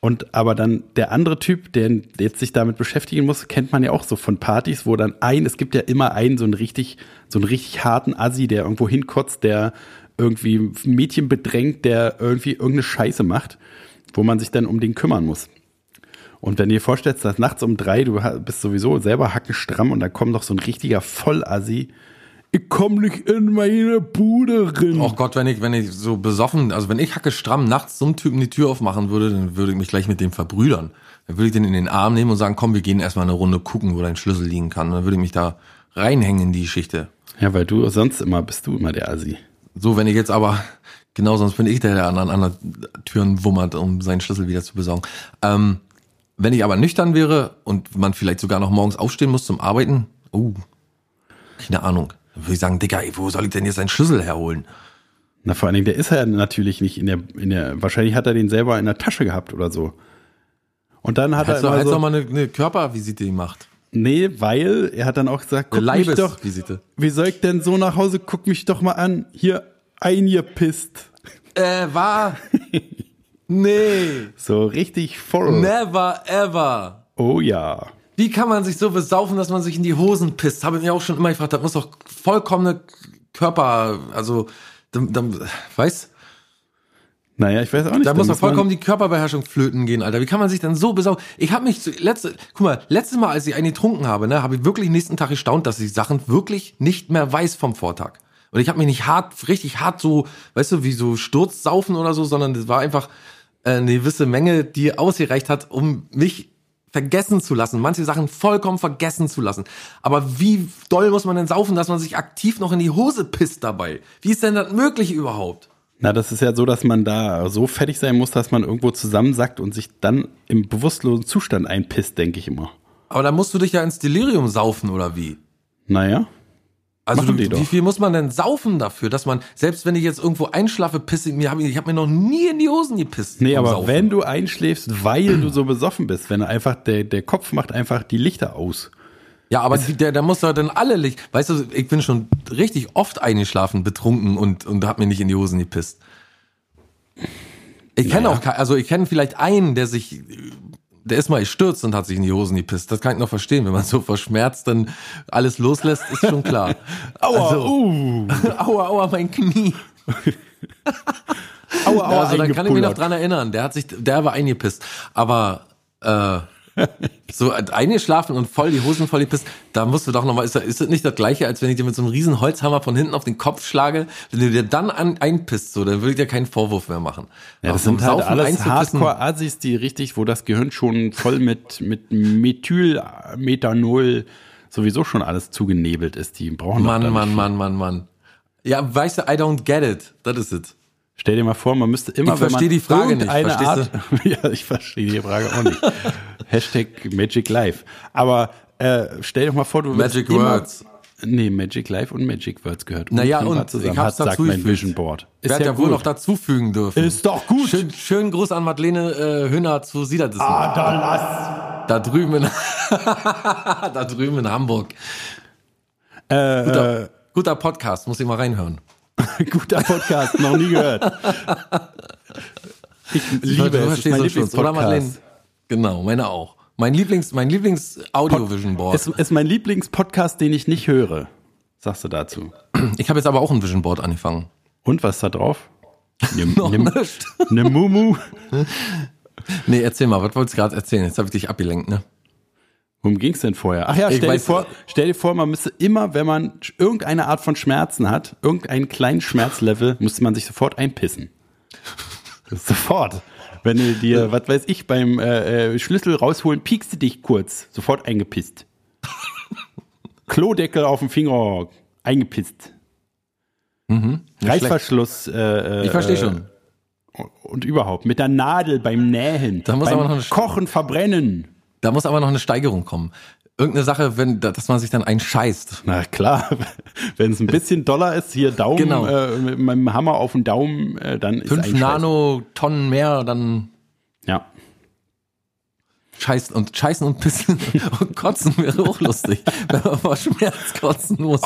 Speaker 2: Und aber dann der andere Typ, der jetzt sich damit beschäftigen muss, kennt man ja auch so von Partys, wo dann ein, es gibt ja immer einen, so einen richtig, so einen richtig harten Assi, der irgendwo hinkotzt, der irgendwie ein Mädchen bedrängt, der irgendwie irgendeine Scheiße macht, wo man sich dann um den kümmern muss. Und wenn du dir vorstellst, dass nachts um drei, du ha- bist sowieso selber hackenstramm und da kommt doch so ein richtiger Vollassi. Ich komm nicht in meine Bude rein.
Speaker 1: Oh Gott, wenn ich, wenn ich so besoffen, also wenn ich hacke stramm nachts so einem Typen die Tür aufmachen würde, dann würde ich mich gleich mit dem verbrüdern. Dann würde ich den in den Arm nehmen und sagen, komm, wir gehen erstmal eine Runde gucken, wo dein Schlüssel liegen kann. Und dann würde ich mich da reinhängen in die Geschichte.
Speaker 2: Ja, weil du sonst immer bist du immer der Assi.
Speaker 1: So, wenn ich jetzt aber, genau, sonst bin ich der, der an, an anderen Türen wummert, um seinen Schlüssel wieder zu besorgen. Ähm, wenn ich aber nüchtern wäre und man vielleicht sogar noch morgens aufstehen muss zum Arbeiten, oh, keine Ahnung. Dann würde ich sagen, Digga, ey, wo soll ich denn jetzt seinen Schlüssel herholen?
Speaker 2: Na, vor allen Dingen, der ist ja natürlich nicht in der, in der, wahrscheinlich hat er den selber in der Tasche gehabt oder so. Und dann hat
Speaker 1: Hättest du
Speaker 2: er immer
Speaker 1: hättest
Speaker 2: so,
Speaker 1: doch mal eine, eine Körpervisite gemacht.
Speaker 2: nee, weil er hat dann auch gesagt, guck mich doch,
Speaker 1: Leibesvisite.
Speaker 2: wie soll ich denn so nach Hause, guck mich doch mal an, hier eingepisst.
Speaker 1: Äh, war. nee.
Speaker 2: So richtig voll.
Speaker 1: Never ever.
Speaker 2: Oh ja.
Speaker 1: Wie kann man sich so besaufen, dass man sich in die Hosen pisst? Habe ich mich auch schon immer gefragt. Das muss doch vollkommene Körper, also, dann, dann, weißt,
Speaker 2: Naja, ich weiß auch nicht.
Speaker 1: da
Speaker 2: dann
Speaker 1: muss doch
Speaker 2: man-
Speaker 1: vollkommen die Körperbeherrschung flöten gehen, Alter. Wie kann man sich dann so besaufen? Ich habe mich zu, letzte, guck mal, letztes Mal, als ich einen getrunken habe, ne, habe ich wirklich nächsten Tag gestaunt, dass ich Sachen wirklich nicht mehr weiß vom Vortag. Und ich habe mich nicht hart, richtig hart so, weißt du, wie so Sturzsaufen oder so, sondern das war einfach äh, eine gewisse Menge, die ausgereicht hat, um mich vergessen zu lassen, manche Sachen vollkommen vergessen zu lassen. Aber wie doll muss man denn saufen, dass man sich aktiv noch in die Hose pisst dabei? Wie ist denn das möglich überhaupt?
Speaker 2: Na, das ist ja so, dass man da so fertig sein muss, dass man irgendwo zusammensackt und sich dann im bewusstlosen Zustand einpisst, denke ich immer.
Speaker 1: Aber dann musst du dich ja ins Delirium saufen oder wie?
Speaker 2: Naja.
Speaker 1: Also
Speaker 2: Machen
Speaker 1: du,
Speaker 2: die doch.
Speaker 1: wie viel muss man denn saufen dafür, dass man, selbst wenn ich jetzt irgendwo einschlafe, pisse ich mir, hab ich, ich habe mir noch nie in die Hosen gepisst.
Speaker 2: Nee,
Speaker 1: beim
Speaker 2: aber
Speaker 1: Saufen.
Speaker 2: wenn du einschläfst, weil du so besoffen bist, wenn einfach der, der Kopf macht einfach die Lichter aus.
Speaker 1: Ja, aber die, der, der muss doch halt dann alle Licht. Weißt du, ich bin schon richtig oft eingeschlafen, betrunken und, und hab mir nicht in die Hosen gepisst. Ich kenne auch, ke- also ich kenne vielleicht einen, der sich, der ist mal gestürzt und hat sich in die Hosen gepisst. Das kann ich noch verstehen. Wenn man so verschmerzt dann alles loslässt, ist schon klar. aua,
Speaker 2: uh.
Speaker 1: aua, aua, mein Knie.
Speaker 2: Aua, aua,
Speaker 1: also dann kann ich mich noch
Speaker 2: eingepullert.
Speaker 1: dran erinnern. Der hat sich, der war eingepisst. Aber äh, so eingeschlafen und voll die Hosen voll gepisst, da musst du doch nochmal, ist, das- ist das nicht das gleiche, als wenn ich dir mit so einem riesen Holzhammer von hinten auf den Kopf schlage? Wenn du dir dann an, einpisst, so, dann würde ich dir keinen Vorwurf mehr machen.
Speaker 2: Ja, das sind halt alles Hardcore-Assis, die richtig, wo das Gehirn schon voll mit, mit Methyl, Methanol sowieso schon alles zugenebelt ist. Die brauchen doch da
Speaker 1: Mann,
Speaker 2: nicht
Speaker 1: Mann,
Speaker 2: viel.
Speaker 1: Mann, Mann, Mann. Ja, weißt du, I don't get it. Das ist es.
Speaker 2: Stell dir mal vor, man müsste immer,
Speaker 1: Ich
Speaker 2: wenn man
Speaker 1: verstehe die Frage nicht,
Speaker 2: irgendeine
Speaker 1: verstehst
Speaker 2: Art, ja, ich verstehe die Frage auch nicht. Hashtag Magic Life. Aber äh, stell dir mal vor, du
Speaker 1: Magic
Speaker 2: immer,
Speaker 1: Words.
Speaker 2: Nee, Magic Life und Magic Words gehört.
Speaker 1: Naja,
Speaker 2: untrennbar
Speaker 1: und ich hab's
Speaker 2: hat, sagt
Speaker 1: dazu
Speaker 2: mein
Speaker 1: gefügt.
Speaker 2: Vision Board.
Speaker 1: Ist Werd ja, wohl
Speaker 2: gut.
Speaker 1: noch dazufügen dürfen.
Speaker 2: Ist doch gut. Ah.
Speaker 1: Schön, schönen Gruß an Madeleine äh, Höhner zu Siedertissen.
Speaker 7: Adalas,
Speaker 1: Da drüben in, da drüben in Hamburg.
Speaker 2: Äh,
Speaker 1: guter, guter Podcast, muss ich mal reinhören.
Speaker 2: Guter Podcast, noch nie gehört. Ich liebe es, es ist mein
Speaker 1: Schluss, oder Madeleine?
Speaker 2: Lieblingspodcast.
Speaker 1: Genau, meine auch. Mein Lieblings, mein Lieblings Audiovision Board.
Speaker 2: Es ist mein Lieblingspodcast, den ich nicht höre. Sagst du dazu?
Speaker 1: Ich habe jetzt aber auch ein Vision Board angefangen.
Speaker 2: Und was ist da drauf? Nimm, nimm,
Speaker 1: nicht.
Speaker 2: ne Mumu.
Speaker 1: Nee, erzähl mal, was wolltest du gerade erzählen? Jetzt habe ich dich abgelenkt, ne?
Speaker 2: Worum ging's denn vorher? Ach ja,
Speaker 1: Ich
Speaker 2: stell dir,
Speaker 1: weiß-
Speaker 2: vor, stell dir vor, man müsste immer, wenn man sch- irgendeine Art von Schmerzen hat, irgendeinen kleinen Schmerzlevel, müsste man sich sofort einpissen. sofort. Wenn du dir, was weiß ich, beim äh, äh, Schlüssel rausholen, piekst du dich kurz, sofort eingepisst. Klodeckel auf dem Finger, eingepisst. Reißverschluss äh, äh,
Speaker 1: Mhm. Ich verstehe schon.
Speaker 2: und überhaupt. Mit der Nadel beim Nähen,
Speaker 1: Da muss
Speaker 2: beim
Speaker 1: aber noch eine-
Speaker 2: Kochen, Verbrennen.
Speaker 1: Da muss aber noch eine Steigerung kommen. Irgendeine Sache, wenn, dass man sich dann einscheißt.
Speaker 2: Na klar, Wenn es ein bisschen doller ist, hier Daumen,
Speaker 1: Genau.
Speaker 2: äh, mit meinem Hammer auf den Daumen, äh, dann ist
Speaker 1: Fünf
Speaker 2: eigentlich
Speaker 1: Nanotonnen mehr, dann
Speaker 2: scheiße. Ja.
Speaker 1: scheißen und scheißen und pissen und kotzen wäre auch lustig, wenn man vor Schmerz kotzen muss.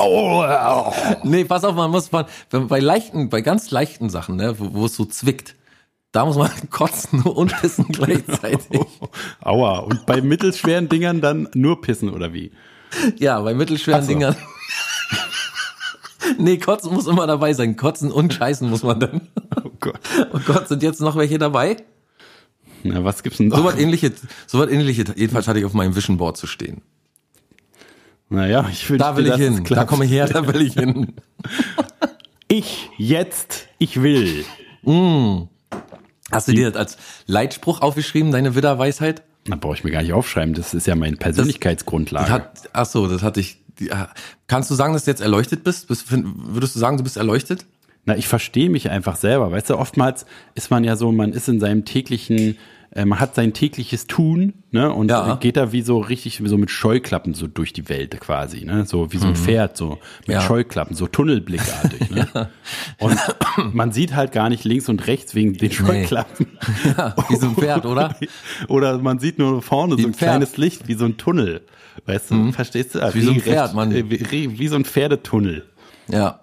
Speaker 1: Nee, pass auf, man muss von, wenn, bei leichten, bei ganz leichten Sachen, ne, wo, wo es so zwickt, da muss man kotzen und pissen
Speaker 2: Genau.
Speaker 1: gleichzeitig.
Speaker 2: Aua. Und bei mittelschweren Dingern dann nur pissen oder wie?
Speaker 1: Ja, bei mittelschweren
Speaker 2: Ach so.
Speaker 1: Dingern. nee, kotzen muss immer dabei sein. Kotzen und scheißen muss man dann.
Speaker 2: Oh Gott.
Speaker 1: Und Gott, sind jetzt noch welche dabei?
Speaker 2: Na, was gibt's denn noch?
Speaker 1: So was ähnliches, so was ähnliches, jedenfalls hatte ich auf meinem Vision Board zu stehen.
Speaker 2: naja, ich wünsche
Speaker 1: Da will
Speaker 2: dir,
Speaker 1: ich
Speaker 2: dass es
Speaker 1: hin, da
Speaker 2: klappt.
Speaker 1: komme ich her, da will ich hin.
Speaker 2: Ich, jetzt, ich will.
Speaker 1: Hast du dir das als Leitspruch aufgeschrieben, deine Widderweisheit?
Speaker 2: Da brauche ich mir gar nicht aufschreiben, das ist ja meine Persönlichkeitsgrundlage.
Speaker 1: Das hat, ach so, das hatte ich. die- ah. Kannst du sagen, dass du jetzt erleuchtet bist? Bist- find- Würdest du sagen, du bist erleuchtet?
Speaker 2: Na, ich verstehe mich einfach selber. Weißt du, oftmals ist man ja so, man ist in seinem täglichen, äh, man hat sein tägliches Tun, ne, und
Speaker 1: Ja.
Speaker 2: äh, geht da wie so richtig, wie so mit Scheuklappen so durch die Welt quasi, ne, so wie so ein Pferd, so mit
Speaker 1: Mhm. Ja.
Speaker 2: Scheuklappen, so tunnelblickartig, ne. Und man sieht halt gar nicht links und rechts wegen den Scheuklappen.
Speaker 1: Wie so ein Pferd, oder?
Speaker 2: Oder man sieht nur vorne so
Speaker 1: ein
Speaker 2: ein
Speaker 1: Pferd. Mhm.
Speaker 2: kleines Licht, wie so ein Tunnel. Weißt du, verstehst du?
Speaker 1: Wie so ein Pferd, Mann.
Speaker 2: äh, Wie, wie so ein Pferdetunnel.
Speaker 1: Ja.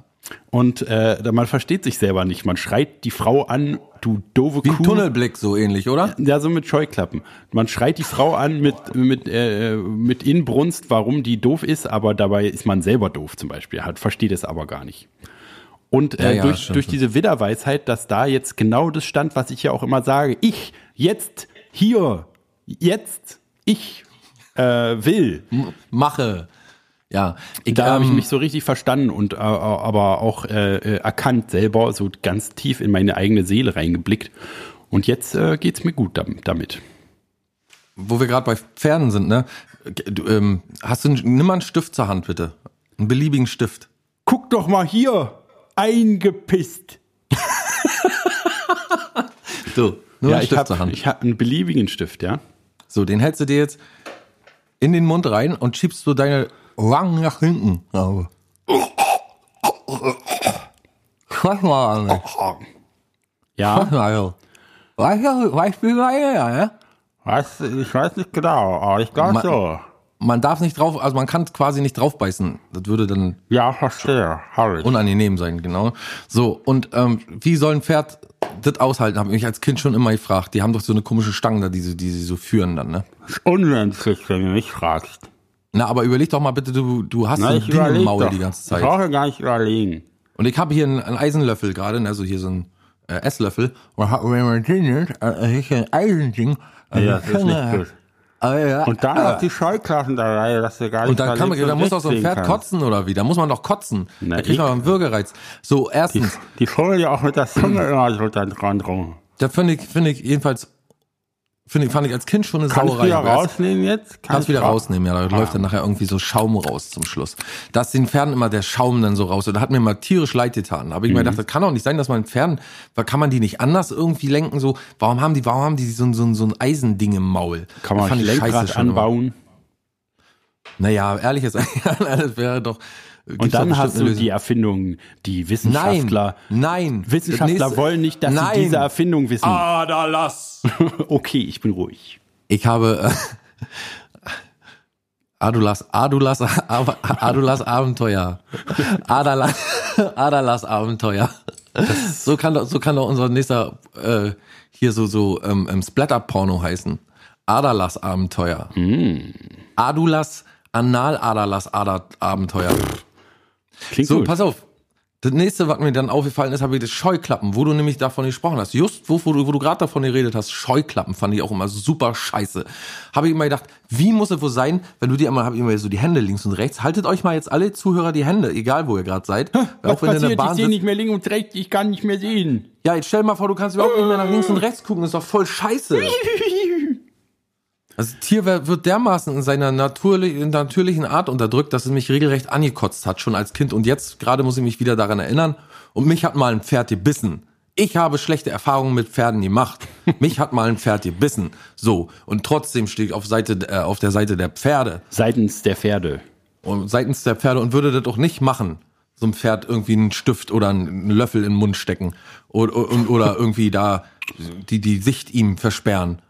Speaker 2: Und äh, da- man versteht sich selber nicht. Man schreit die Frau an, du doofe
Speaker 1: Wie ein
Speaker 2: Kuh.
Speaker 1: Tunnelblick, so ähnlich, oder?
Speaker 2: Ja, so mit Scheuklappen. Man schreit die Frau an mit, mit, äh, mit Inbrunst, warum die doof ist, aber dabei ist man selber doof zum Beispiel. Hat, versteht es aber gar nicht. Und äh,
Speaker 1: ja,
Speaker 2: durch,
Speaker 1: stimmt.
Speaker 2: durch diese Widderweisheit, dass da jetzt genau das stand, was ich ja auch immer sage. Ich, jetzt, hier, jetzt, ich äh, will.
Speaker 1: Mache. Ja. Ich,
Speaker 2: Da habe ich
Speaker 1: ähm,
Speaker 2: mich so richtig verstanden und äh, aber auch äh, äh, erkannt selber, so ganz tief in meine eigene Seele reingeblickt. Und jetzt äh, geht's mir gut dam- damit.
Speaker 1: wo wir gerade bei Pferden sind, ne? Du, ähm, hast du, einen- nimm mal einen Stift zur Hand, bitte. Einen beliebigen Stift.
Speaker 2: Guck doch mal hier, eingepisst.
Speaker 1: So, nur
Speaker 2: Ja,
Speaker 1: einen
Speaker 2: ich
Speaker 1: Stift zur
Speaker 2: habe
Speaker 1: Hand.
Speaker 2: ich hab einen beliebigen Stift, ja.
Speaker 1: So, den hältst du dir jetzt in den Mund rein und schiebst so deine Wangen nach hinten. Ja. Schau mal an.
Speaker 2: Ja,
Speaker 1: Schau mal an. Weißt du, weißt du, wie meine, ja, ne?
Speaker 2: was, ich weiß nicht genau, aber ich glaube
Speaker 1: Ma- Man darf nicht drauf, also man kann quasi nicht draufbeißen. Das würde dann
Speaker 2: Ja, verstehe, Harry.
Speaker 1: unangenehm sein, genau. So, und ähm, wie soll ein Pferd das aushalten? Habe ich mich als Kind schon immer gefragt. Die haben doch so eine komische Stange da, die, sie- die sie so führen dann, ne?
Speaker 2: unmenschlich, wenn du mich fragst.
Speaker 1: Na, aber überleg doch mal bitte, du, du hast ein Ding im Maul die ganze Zeit.
Speaker 2: gar nicht überlegen.
Speaker 1: Und ich habe hier einen, einen Eisenlöffel gerade, ne, also hier so einen äh, Esslöffel. Und hab- wenn man den nimmt, äh, ist hier ein Eisending. an der
Speaker 2: Ja, das ist nicht
Speaker 1: Zunge.
Speaker 2: gut.
Speaker 1: Äh, ja.
Speaker 2: Und dann noch die Scheuklappen dabei, dass du gar nicht
Speaker 1: Und dann, kann man,
Speaker 2: verliebt
Speaker 1: dann muss auch so ein
Speaker 2: sehen
Speaker 1: Pferd
Speaker 2: kannst.
Speaker 1: kotzen oder wie? Da muss man doch kotzen.
Speaker 2: Na,
Speaker 1: da kriegt man
Speaker 2: ich-
Speaker 1: aber einen Würgereiz. So, erstens,
Speaker 2: Die Folie auch mit der Zunge immer so dann dran rum.
Speaker 1: da finde ich, finde ich jedenfalls, finde ich, fand ich als Kind schon eine
Speaker 2: Kannst du
Speaker 1: Sauerei.
Speaker 2: wieder
Speaker 1: Aber erst-
Speaker 2: rausnehmen jetzt?
Speaker 1: Kannst wieder
Speaker 2: du-
Speaker 1: rausnehmen, ja. Da
Speaker 2: Ah.
Speaker 1: läuft dann nachher irgendwie so Schaum raus zum Schluss. Da ist den Pferden immer der Schaum dann so raus. Und da hat mir mal tierisch leid getan. Da habe ich
Speaker 2: Mhm.
Speaker 1: mir gedacht, das kann doch nicht sein, dass man Pferden, weil kann man die nicht anders irgendwie lenken? So, warum haben die, warum haben die so, ein- so, ein- so ein Eisending im Maul? Das
Speaker 2: Kann man
Speaker 1: fand
Speaker 2: ein
Speaker 1: ich scheiße
Speaker 2: Lenkrad
Speaker 1: schon immer.
Speaker 2: anbauen.
Speaker 1: Naja, ehrlich gesagt, das wäre doch.
Speaker 2: Und dann hast du die Erfindungen, die
Speaker 1: Nein,
Speaker 2: Wissenschaftler.
Speaker 1: nein.
Speaker 2: Wissenschaftler
Speaker 1: Nächste-
Speaker 2: wollen nicht, dass
Speaker 1: nein.
Speaker 2: sie diese Erfindung wissen.
Speaker 1: Aderlass.
Speaker 2: Okay, ich bin ruhig.
Speaker 1: Ich habe äh, Adulas, Adulas, Ab- Adulas Abenteuer. Adalas, Adalas Abenteuer. So kann, doch, so kann doch unser nächster äh, hier so, so ähm, ähm, Splatter-Porno heißen. Adalas Abenteuer. Hm. Adulas, Anal-Adalas Ada- Abenteuer.
Speaker 2: Klingt
Speaker 1: So,
Speaker 2: gut.
Speaker 1: pass auf. Das nächste, was mir dann aufgefallen ist, habe ich das Scheuklappen, wo du nämlich davon gesprochen hast. Just, wo, wo du, wo du gerade davon geredet hast, Scheuklappen fand ich auch immer super scheiße. Habe ich immer gedacht, wie muss es wohl sein, wenn du dir immer, habe ich immer so die Hände links und rechts, haltet euch mal jetzt alle Zuhörer die Hände, egal wo ihr gerade seid. auch wenn ihr in der Bahn sitzt.
Speaker 2: mehr links und rechts, ich kann nicht mehr sehen.
Speaker 1: Ja, jetzt stell mal vor, du kannst überhaupt nicht mehr nach links und rechts gucken, das ist doch voll scheiße. Das Tier wer- wird dermaßen in seiner natürlich, in natürlichen Art unterdrückt, dass es mich regelrecht angekotzt hat, schon als Kind. Und jetzt gerade muss ich mich wieder daran erinnern. Und mich hat mal ein Pferd gebissen. Ich habe schlechte Erfahrungen mit Pferden gemacht. Mich hat mal ein Pferd gebissen. So. Und trotzdem stehe ich auf, Seite, äh, auf der Seite der Pferde
Speaker 2: Seitens der Pferde.
Speaker 1: und seitens der Pferde und würde das doch nicht machen. so einem Pferd irgendwie einen Stift oder einen Löffel in den Mund stecken oder, oder, oder irgendwie da die, die Sicht ihm versperren.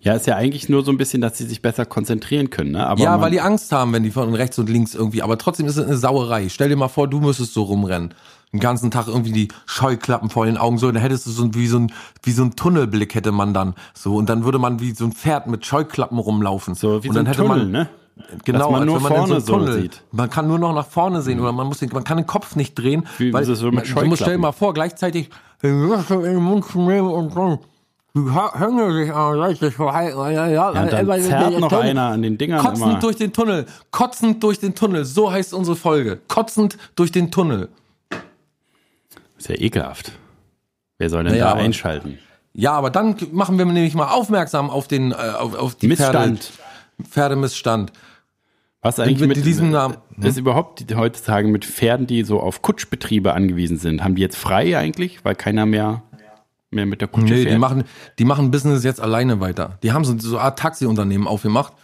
Speaker 2: Ja, ist ja eigentlich nur so ein bisschen, dass sie sich besser konzentrieren können, ne? Aber
Speaker 1: ja,
Speaker 2: man-
Speaker 1: weil die Angst haben, wenn die von rechts und links irgendwie, aber trotzdem ist es eine Sauerei. Stell dir mal vor, du müsstest so rumrennen. Den ganzen Tag irgendwie die Scheuklappen vor den Augen so, dann hättest du so ein, wie so ein, wie so ein Tunnelblick hätte man dann, so, und dann würde man wie so ein Pferd mit Scheuklappen rumlaufen.
Speaker 2: so wie
Speaker 1: und
Speaker 2: so
Speaker 1: dann
Speaker 2: ein
Speaker 1: hätte
Speaker 2: Tunnel,
Speaker 1: man,
Speaker 2: ne?
Speaker 1: Genau,
Speaker 2: Dass man
Speaker 1: als
Speaker 2: nur
Speaker 1: wenn man in
Speaker 2: vorne
Speaker 1: so einen
Speaker 2: so
Speaker 1: Tunnel
Speaker 2: sieht. Mhm.
Speaker 1: Man kann nur noch nach vorne sehen oder man muss den, man kann den Kopf nicht drehen,
Speaker 2: Wie-
Speaker 1: weil
Speaker 2: so- so mit
Speaker 1: du musst stell dir
Speaker 2: Scheuklappen.
Speaker 1: mal vor, gleichzeitig den Löffel in den Mund zu nehmen und dann die Hände sich richtig verhalten. Ja, ja,
Speaker 2: Ja, und
Speaker 1: immer
Speaker 2: dann
Speaker 1: den-
Speaker 2: zerrt
Speaker 1: den
Speaker 2: noch
Speaker 1: Tunnel.
Speaker 2: einer an den Dingern
Speaker 1: Kotzend
Speaker 2: immer.
Speaker 1: durch den Tunnel, kotzend durch den Tunnel, so heißt unsere Folge. Kotzend durch den Tunnel.
Speaker 2: Ist ja ekelhaft. Wer soll denn
Speaker 1: Naja,
Speaker 2: da
Speaker 1: aber-
Speaker 2: einschalten?
Speaker 1: Ja, aber dann machen wir nämlich mal aufmerksam auf den äh, auf, auf die
Speaker 2: Missstand.
Speaker 1: Pferde, Pferdemisstand.
Speaker 2: Was eigentlich
Speaker 1: mit
Speaker 2: mit
Speaker 1: diesem Namen- ne?
Speaker 2: ist überhaupt die- heutzutage mit Pferden, die so auf Kutschbetriebe angewiesen sind, haben die jetzt frei eigentlich, weil keiner mehr mehr mit der Kutsche
Speaker 1: Nee,
Speaker 2: fährt?
Speaker 1: die machen, die machen Business jetzt alleine weiter. Die haben so, so eine Art Taxiunternehmen aufgemacht.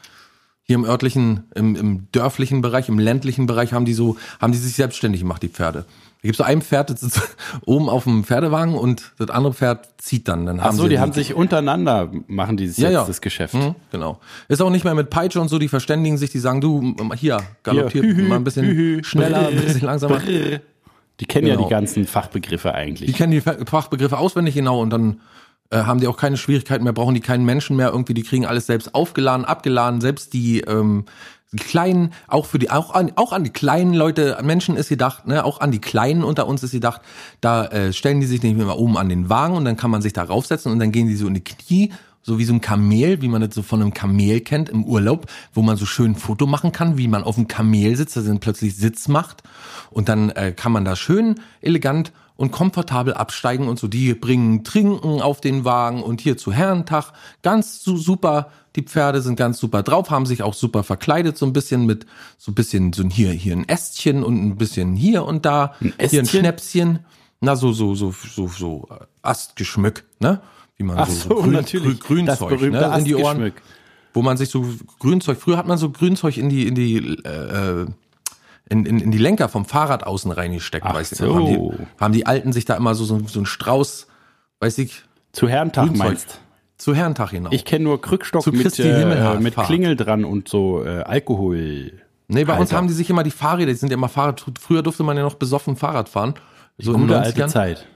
Speaker 1: Hier im örtlichen, im, im dörflichen Bereich, im ländlichen Bereich haben die so, haben die sich selbstständig gemacht, die Pferde. Da gibt's so ein Pferd, das sitzt oben auf dem Pferdewagen und das andere Pferd zieht dann. dann
Speaker 2: Ach so,
Speaker 1: sie
Speaker 2: die haben sich untereinander machen dieses
Speaker 1: Ja,
Speaker 2: jetzt
Speaker 1: ja.
Speaker 2: das Geschäft.
Speaker 1: Mhm, genau. Ist auch nicht mehr mit Peitsche und so, die verständigen sich, die sagen, du, m- hier, galoppiert
Speaker 2: Hier, hü, hü,
Speaker 1: mal ein bisschen
Speaker 2: hü, hü,
Speaker 1: schneller, ein bisschen langsamer.
Speaker 2: Die kennen ja
Speaker 1: Genau.
Speaker 2: die ganzen Fachbegriffe eigentlich.
Speaker 1: Die kennen die Fa- Fachbegriffe auswendig genau und dann äh, haben die auch keine Schwierigkeiten mehr, brauchen die keinen Menschen mehr irgendwie, die kriegen alles selbst aufgeladen, abgeladen, selbst die, ähm, die kleinen, auch für die, auch an, auch an die kleinen Leute, an Menschen ist gedacht, ne, auch an die Kleinen unter uns ist gedacht, da äh, stellen die sich nicht mehr oben an den Wagen und dann kann man sich da raufsetzen und dann gehen die so in die Knie, so wie so ein Kamel, wie man das so von einem Kamel kennt im Urlaub, wo man so schön ein Foto machen kann, wie man auf dem Kamel sitzt, da sind plötzlich Sitz macht und dann äh, kann man da schön elegant und komfortabel absteigen und so. Die bringen Trinken auf den Wagen und hier zu Herrentag. Ganz su super. Die Pferde sind ganz super drauf, haben sich auch super verkleidet, so ein bisschen mit, so ein bisschen, so ein hier, hier ein Ästchen und ein bisschen hier und da. hier ein
Speaker 2: Ästchen?
Speaker 1: Schnäpschen. Na, so, so, so, so, so, äh, Astgeschmück, ne? Wie man
Speaker 2: Ach
Speaker 1: so,
Speaker 2: so, natürlich.
Speaker 1: Grün,
Speaker 2: das
Speaker 1: Grünzeug,
Speaker 2: berühmte
Speaker 1: ne? In die Ohren.
Speaker 2: Astgeschmück.
Speaker 1: Wo man sich so Grünzeug, früher hat man so Grünzeug in die, in die, äh, äh, in, in, in die Lenker vom Fahrrad außen reingesteckt,
Speaker 2: Ach
Speaker 1: weiß ich.
Speaker 2: so.
Speaker 1: Haben, die, haben die Alten sich da immer so, so, so einen Strauß, weiß ich,
Speaker 2: Zu Herrentag
Speaker 1: Grünzeug.
Speaker 2: meinst.
Speaker 1: zu Herrentag hinauf.
Speaker 2: Ich kenne nur Krückstock
Speaker 1: Zu
Speaker 2: mit,
Speaker 1: Christi
Speaker 2: äh,
Speaker 1: Himmelfahrt.
Speaker 2: mit Klingel dran und so äh, Alkohol.
Speaker 1: nee, bei uns
Speaker 2: Alter.
Speaker 1: haben die sich immer die Fahrräder, die sind ja immer Fahrrad, früher durfte man ja noch besoffen Fahrrad fahren. So in den
Speaker 2: Gute alte
Speaker 1: 90ern.
Speaker 2: Zeit.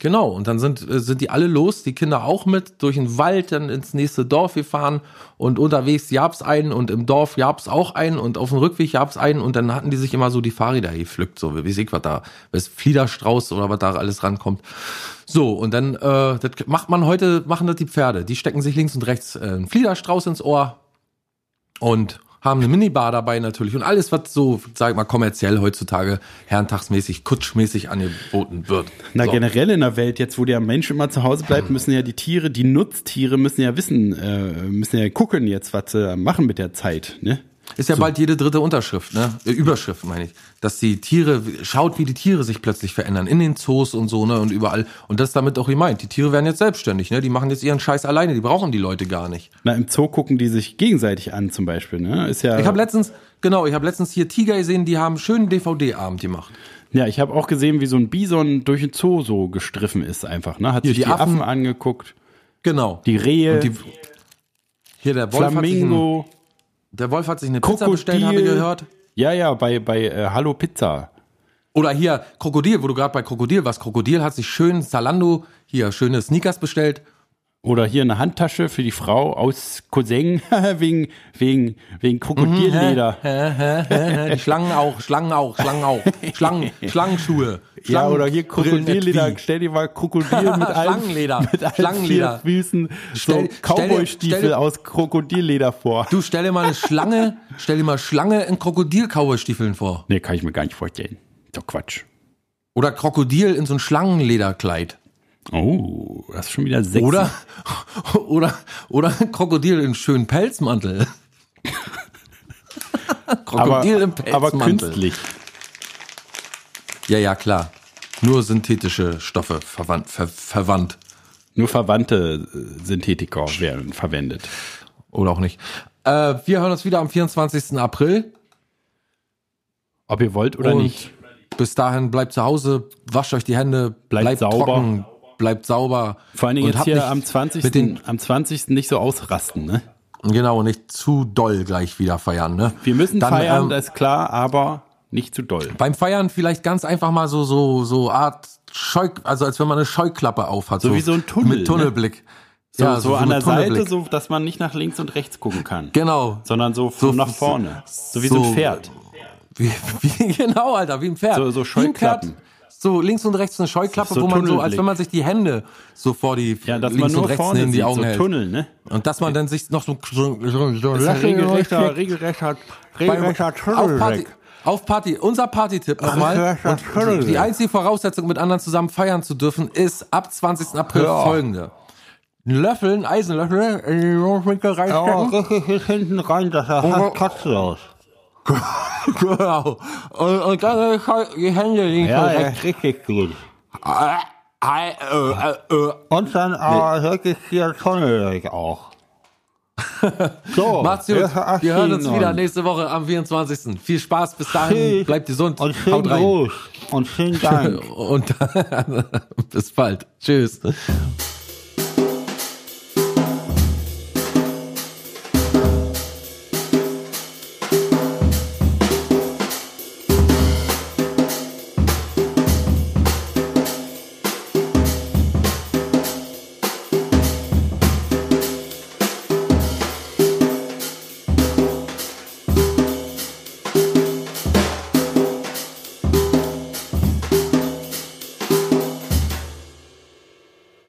Speaker 1: Genau, und dann sind, äh, sind die alle los, die Kinder auch mit, durch den Wald, dann ins nächste Dorf gefahren und unterwegs jab's einen und im Dorf jab's auch einen und auf dem Rückweg jab's einen und dann hatten die sich immer so die Fahrräder gepflückt, so wie ich was da, was Fliederstrauß oder was da alles rankommt. So, und dann, äh, das macht man heute, machen das die Pferde, die stecken sich links und rechts äh, einen Fliederstrauß ins Ohr und haben eine Minibar dabei natürlich und alles, was so, sag ich mal, kommerziell heutzutage herrentagsmäßig, kutschmäßig angeboten wird.
Speaker 2: Na,
Speaker 1: so. Hm.
Speaker 2: generell in der Welt, jetzt wo der Mensch immer zu Hause bleibt, müssen ja die Tiere, die Nutztiere, müssen ja wissen, äh, müssen ja gucken jetzt, was sie da machen mit der Zeit. Ne?
Speaker 1: Ist ja bald jede dritte Unterschrift, ne? Äh, Überschrift meine ich. Dass die Tiere, schaut, wie die Tiere sich plötzlich verändern. In den Zoos und so, ne? Und überall. Und das ist damit auch gemeint. Die Tiere werden jetzt selbstständig, ne? Die machen jetzt ihren Scheiß alleine. Die brauchen die Leute gar nicht.
Speaker 2: Na, im Zoo gucken die sich gegenseitig an zum Beispiel. Ne? Ist ja,
Speaker 1: Ich habe letztens, genau, ich habe letztens hier Tiger gesehen, die haben einen schönen DVD-Abend gemacht.
Speaker 2: ja, ich habe auch gesehen, wie so ein Bison durch den Zoo so gestriffen ist einfach. Ne? Hat
Speaker 1: Hier,
Speaker 2: sich die,
Speaker 1: die Affen.
Speaker 2: Affen angeguckt,
Speaker 1: Genau.
Speaker 2: die Rehe,
Speaker 1: und die, hier, der Wolf, hat sich ein,
Speaker 2: Flamingo,
Speaker 1: der Wolf hat sich eine Pizza bestellt, habe ich
Speaker 2: Krokodil.
Speaker 1: gehört.
Speaker 2: Ja, ja, bei, bei äh, Hallo Pizza.
Speaker 1: Oder hier Krokodil, wo du gerade bei Krokodil warst. Krokodil hat sich schön Zalando, hier schöne Sneakers bestellt.
Speaker 2: Oder hier eine Handtasche für die Frau aus Cousin wegen, wegen,
Speaker 1: Mhm,
Speaker 2: wegen Krokodilleder.
Speaker 1: Die Schlangen auch, Schlangen auch, Schlangen auch. Schlangen, Schlangenschuhe.
Speaker 2: Ja,
Speaker 1: Schlangen-
Speaker 2: oder hier
Speaker 1: Brillen
Speaker 2: Krokodilleder.
Speaker 1: etwie.
Speaker 2: Stell dir mal Krokodil mit allen,
Speaker 1: Schlangenleder,
Speaker 2: mit allen
Speaker 1: Schlangenleder.
Speaker 2: vier Füßen
Speaker 1: Stell- stell dir-
Speaker 2: so
Speaker 1: stell
Speaker 2: Cowboy-Stiefel
Speaker 1: dir-
Speaker 2: aus Krokodilleder vor.
Speaker 1: Du stell dir mal eine Schlange, stell dir mal Schlange in Krokodil-Cowboy-Stiefeln vor.
Speaker 2: Nee, kann ich mir gar nicht vorstellen. Doch Quatsch.
Speaker 1: Oder Krokodil in so ein Schlangenlederkleid.
Speaker 2: Oh, das ist schon wieder sechs.
Speaker 1: Oder, oder, oder ein Krokodil in schönen Pelzmantel.
Speaker 2: aber,
Speaker 1: Krokodil im
Speaker 2: aber
Speaker 1: Pelzmantel.
Speaker 2: künstlich.
Speaker 1: Ja, ja, klar. Nur synthetische Stoffe verwandt, ver, verwandt.
Speaker 2: Nur verwandte äh, Synthetika werden verwendet.
Speaker 1: Oder auch nicht. Äh, wir hören uns wieder am 24. April.
Speaker 2: Ob ihr wollt oder
Speaker 1: Und
Speaker 2: nicht.
Speaker 1: Bis dahin bleibt zu Hause, wascht euch die Hände, bleibt,
Speaker 2: sauber.
Speaker 1: trocken, bleibt sauber.
Speaker 2: Vor allen Dingen
Speaker 1: Und
Speaker 2: jetzt
Speaker 1: habt
Speaker 2: hier
Speaker 1: nicht
Speaker 2: am 20.
Speaker 1: Mit den,
Speaker 2: am 20. nicht so ausrasten, ne?
Speaker 1: genau, nicht zu doll gleich wieder feiern. Ne?
Speaker 2: Wir müssen
Speaker 1: Dann,
Speaker 2: feiern,
Speaker 1: ähm,
Speaker 2: das ist klar, aber nicht zu doll.
Speaker 1: beim Feiern vielleicht ganz einfach mal so so so Art Scheu, also als wenn man eine Scheuklappe auf hat.
Speaker 2: So wie so ein Tunnel, ne?
Speaker 1: Mit Tunnelblick.
Speaker 2: So, so, an
Speaker 1: mit
Speaker 2: der Seite,
Speaker 1: Tunnelblick.
Speaker 2: so dass man nicht nach links und rechts gucken kann.
Speaker 1: Genau.
Speaker 2: Sondern so,
Speaker 1: So-
Speaker 2: von nach vorne. So wie so,
Speaker 1: so-
Speaker 2: ein Pferd.
Speaker 1: Wie, wie, genau, Alter, wie ein Pferd.
Speaker 2: So- so
Speaker 1: Wie ein Pferd.
Speaker 2: Scheuklappen.
Speaker 1: So links und rechts eine Scheuklappe,
Speaker 2: So
Speaker 1: wo man so, als
Speaker 2: Tunnelblick.
Speaker 1: wenn man sich die Hände so vor die
Speaker 2: Ja, dass
Speaker 1: links
Speaker 2: man nur
Speaker 1: und rechts
Speaker 2: vorne
Speaker 1: neben die
Speaker 2: sieht,
Speaker 1: Augen
Speaker 2: so
Speaker 1: hält.
Speaker 2: Tunnel, ne?
Speaker 1: Und dass man dann sich noch so, so, so, so
Speaker 2: Das ist ein regelrechter,
Speaker 1: Lächeln-
Speaker 2: regelrechter,
Speaker 1: beim-
Speaker 2: regelrechter
Speaker 1: auf Party,
Speaker 2: Tunnelblick.
Speaker 1: auf Party, unser Party-Tipp nochmal.
Speaker 2: regelrechter
Speaker 1: Und
Speaker 2: Tunnelblick.
Speaker 1: die einzige Voraussetzung, mit anderen zusammen feiern zu dürfen, ist ab 20. April
Speaker 2: Ja.
Speaker 1: folgende. Einen Löffel, einen Eisenlöffel in die Mundwinkel reinstecken.
Speaker 2: richtig hinten rein, dass er
Speaker 1: fast
Speaker 2: kotzt aus.
Speaker 1: Genau. Und, und dann halt die Hände links und rechts.
Speaker 2: Ah, richtig gut.
Speaker 1: Äh, äh, äh, äh.
Speaker 2: Und dann aber wirklich hier Tunnelblick auch. So,
Speaker 1: Macht's gut. Wir hören uns wieder nächste Woche am 24. Viel Spaß bis dahin.
Speaker 2: Tschüss.
Speaker 1: Bleibt gesund.
Speaker 2: Und schönen
Speaker 1: Haut rein.
Speaker 2: Gruß und schönen Dank.
Speaker 1: Und bis bald. Tschüss.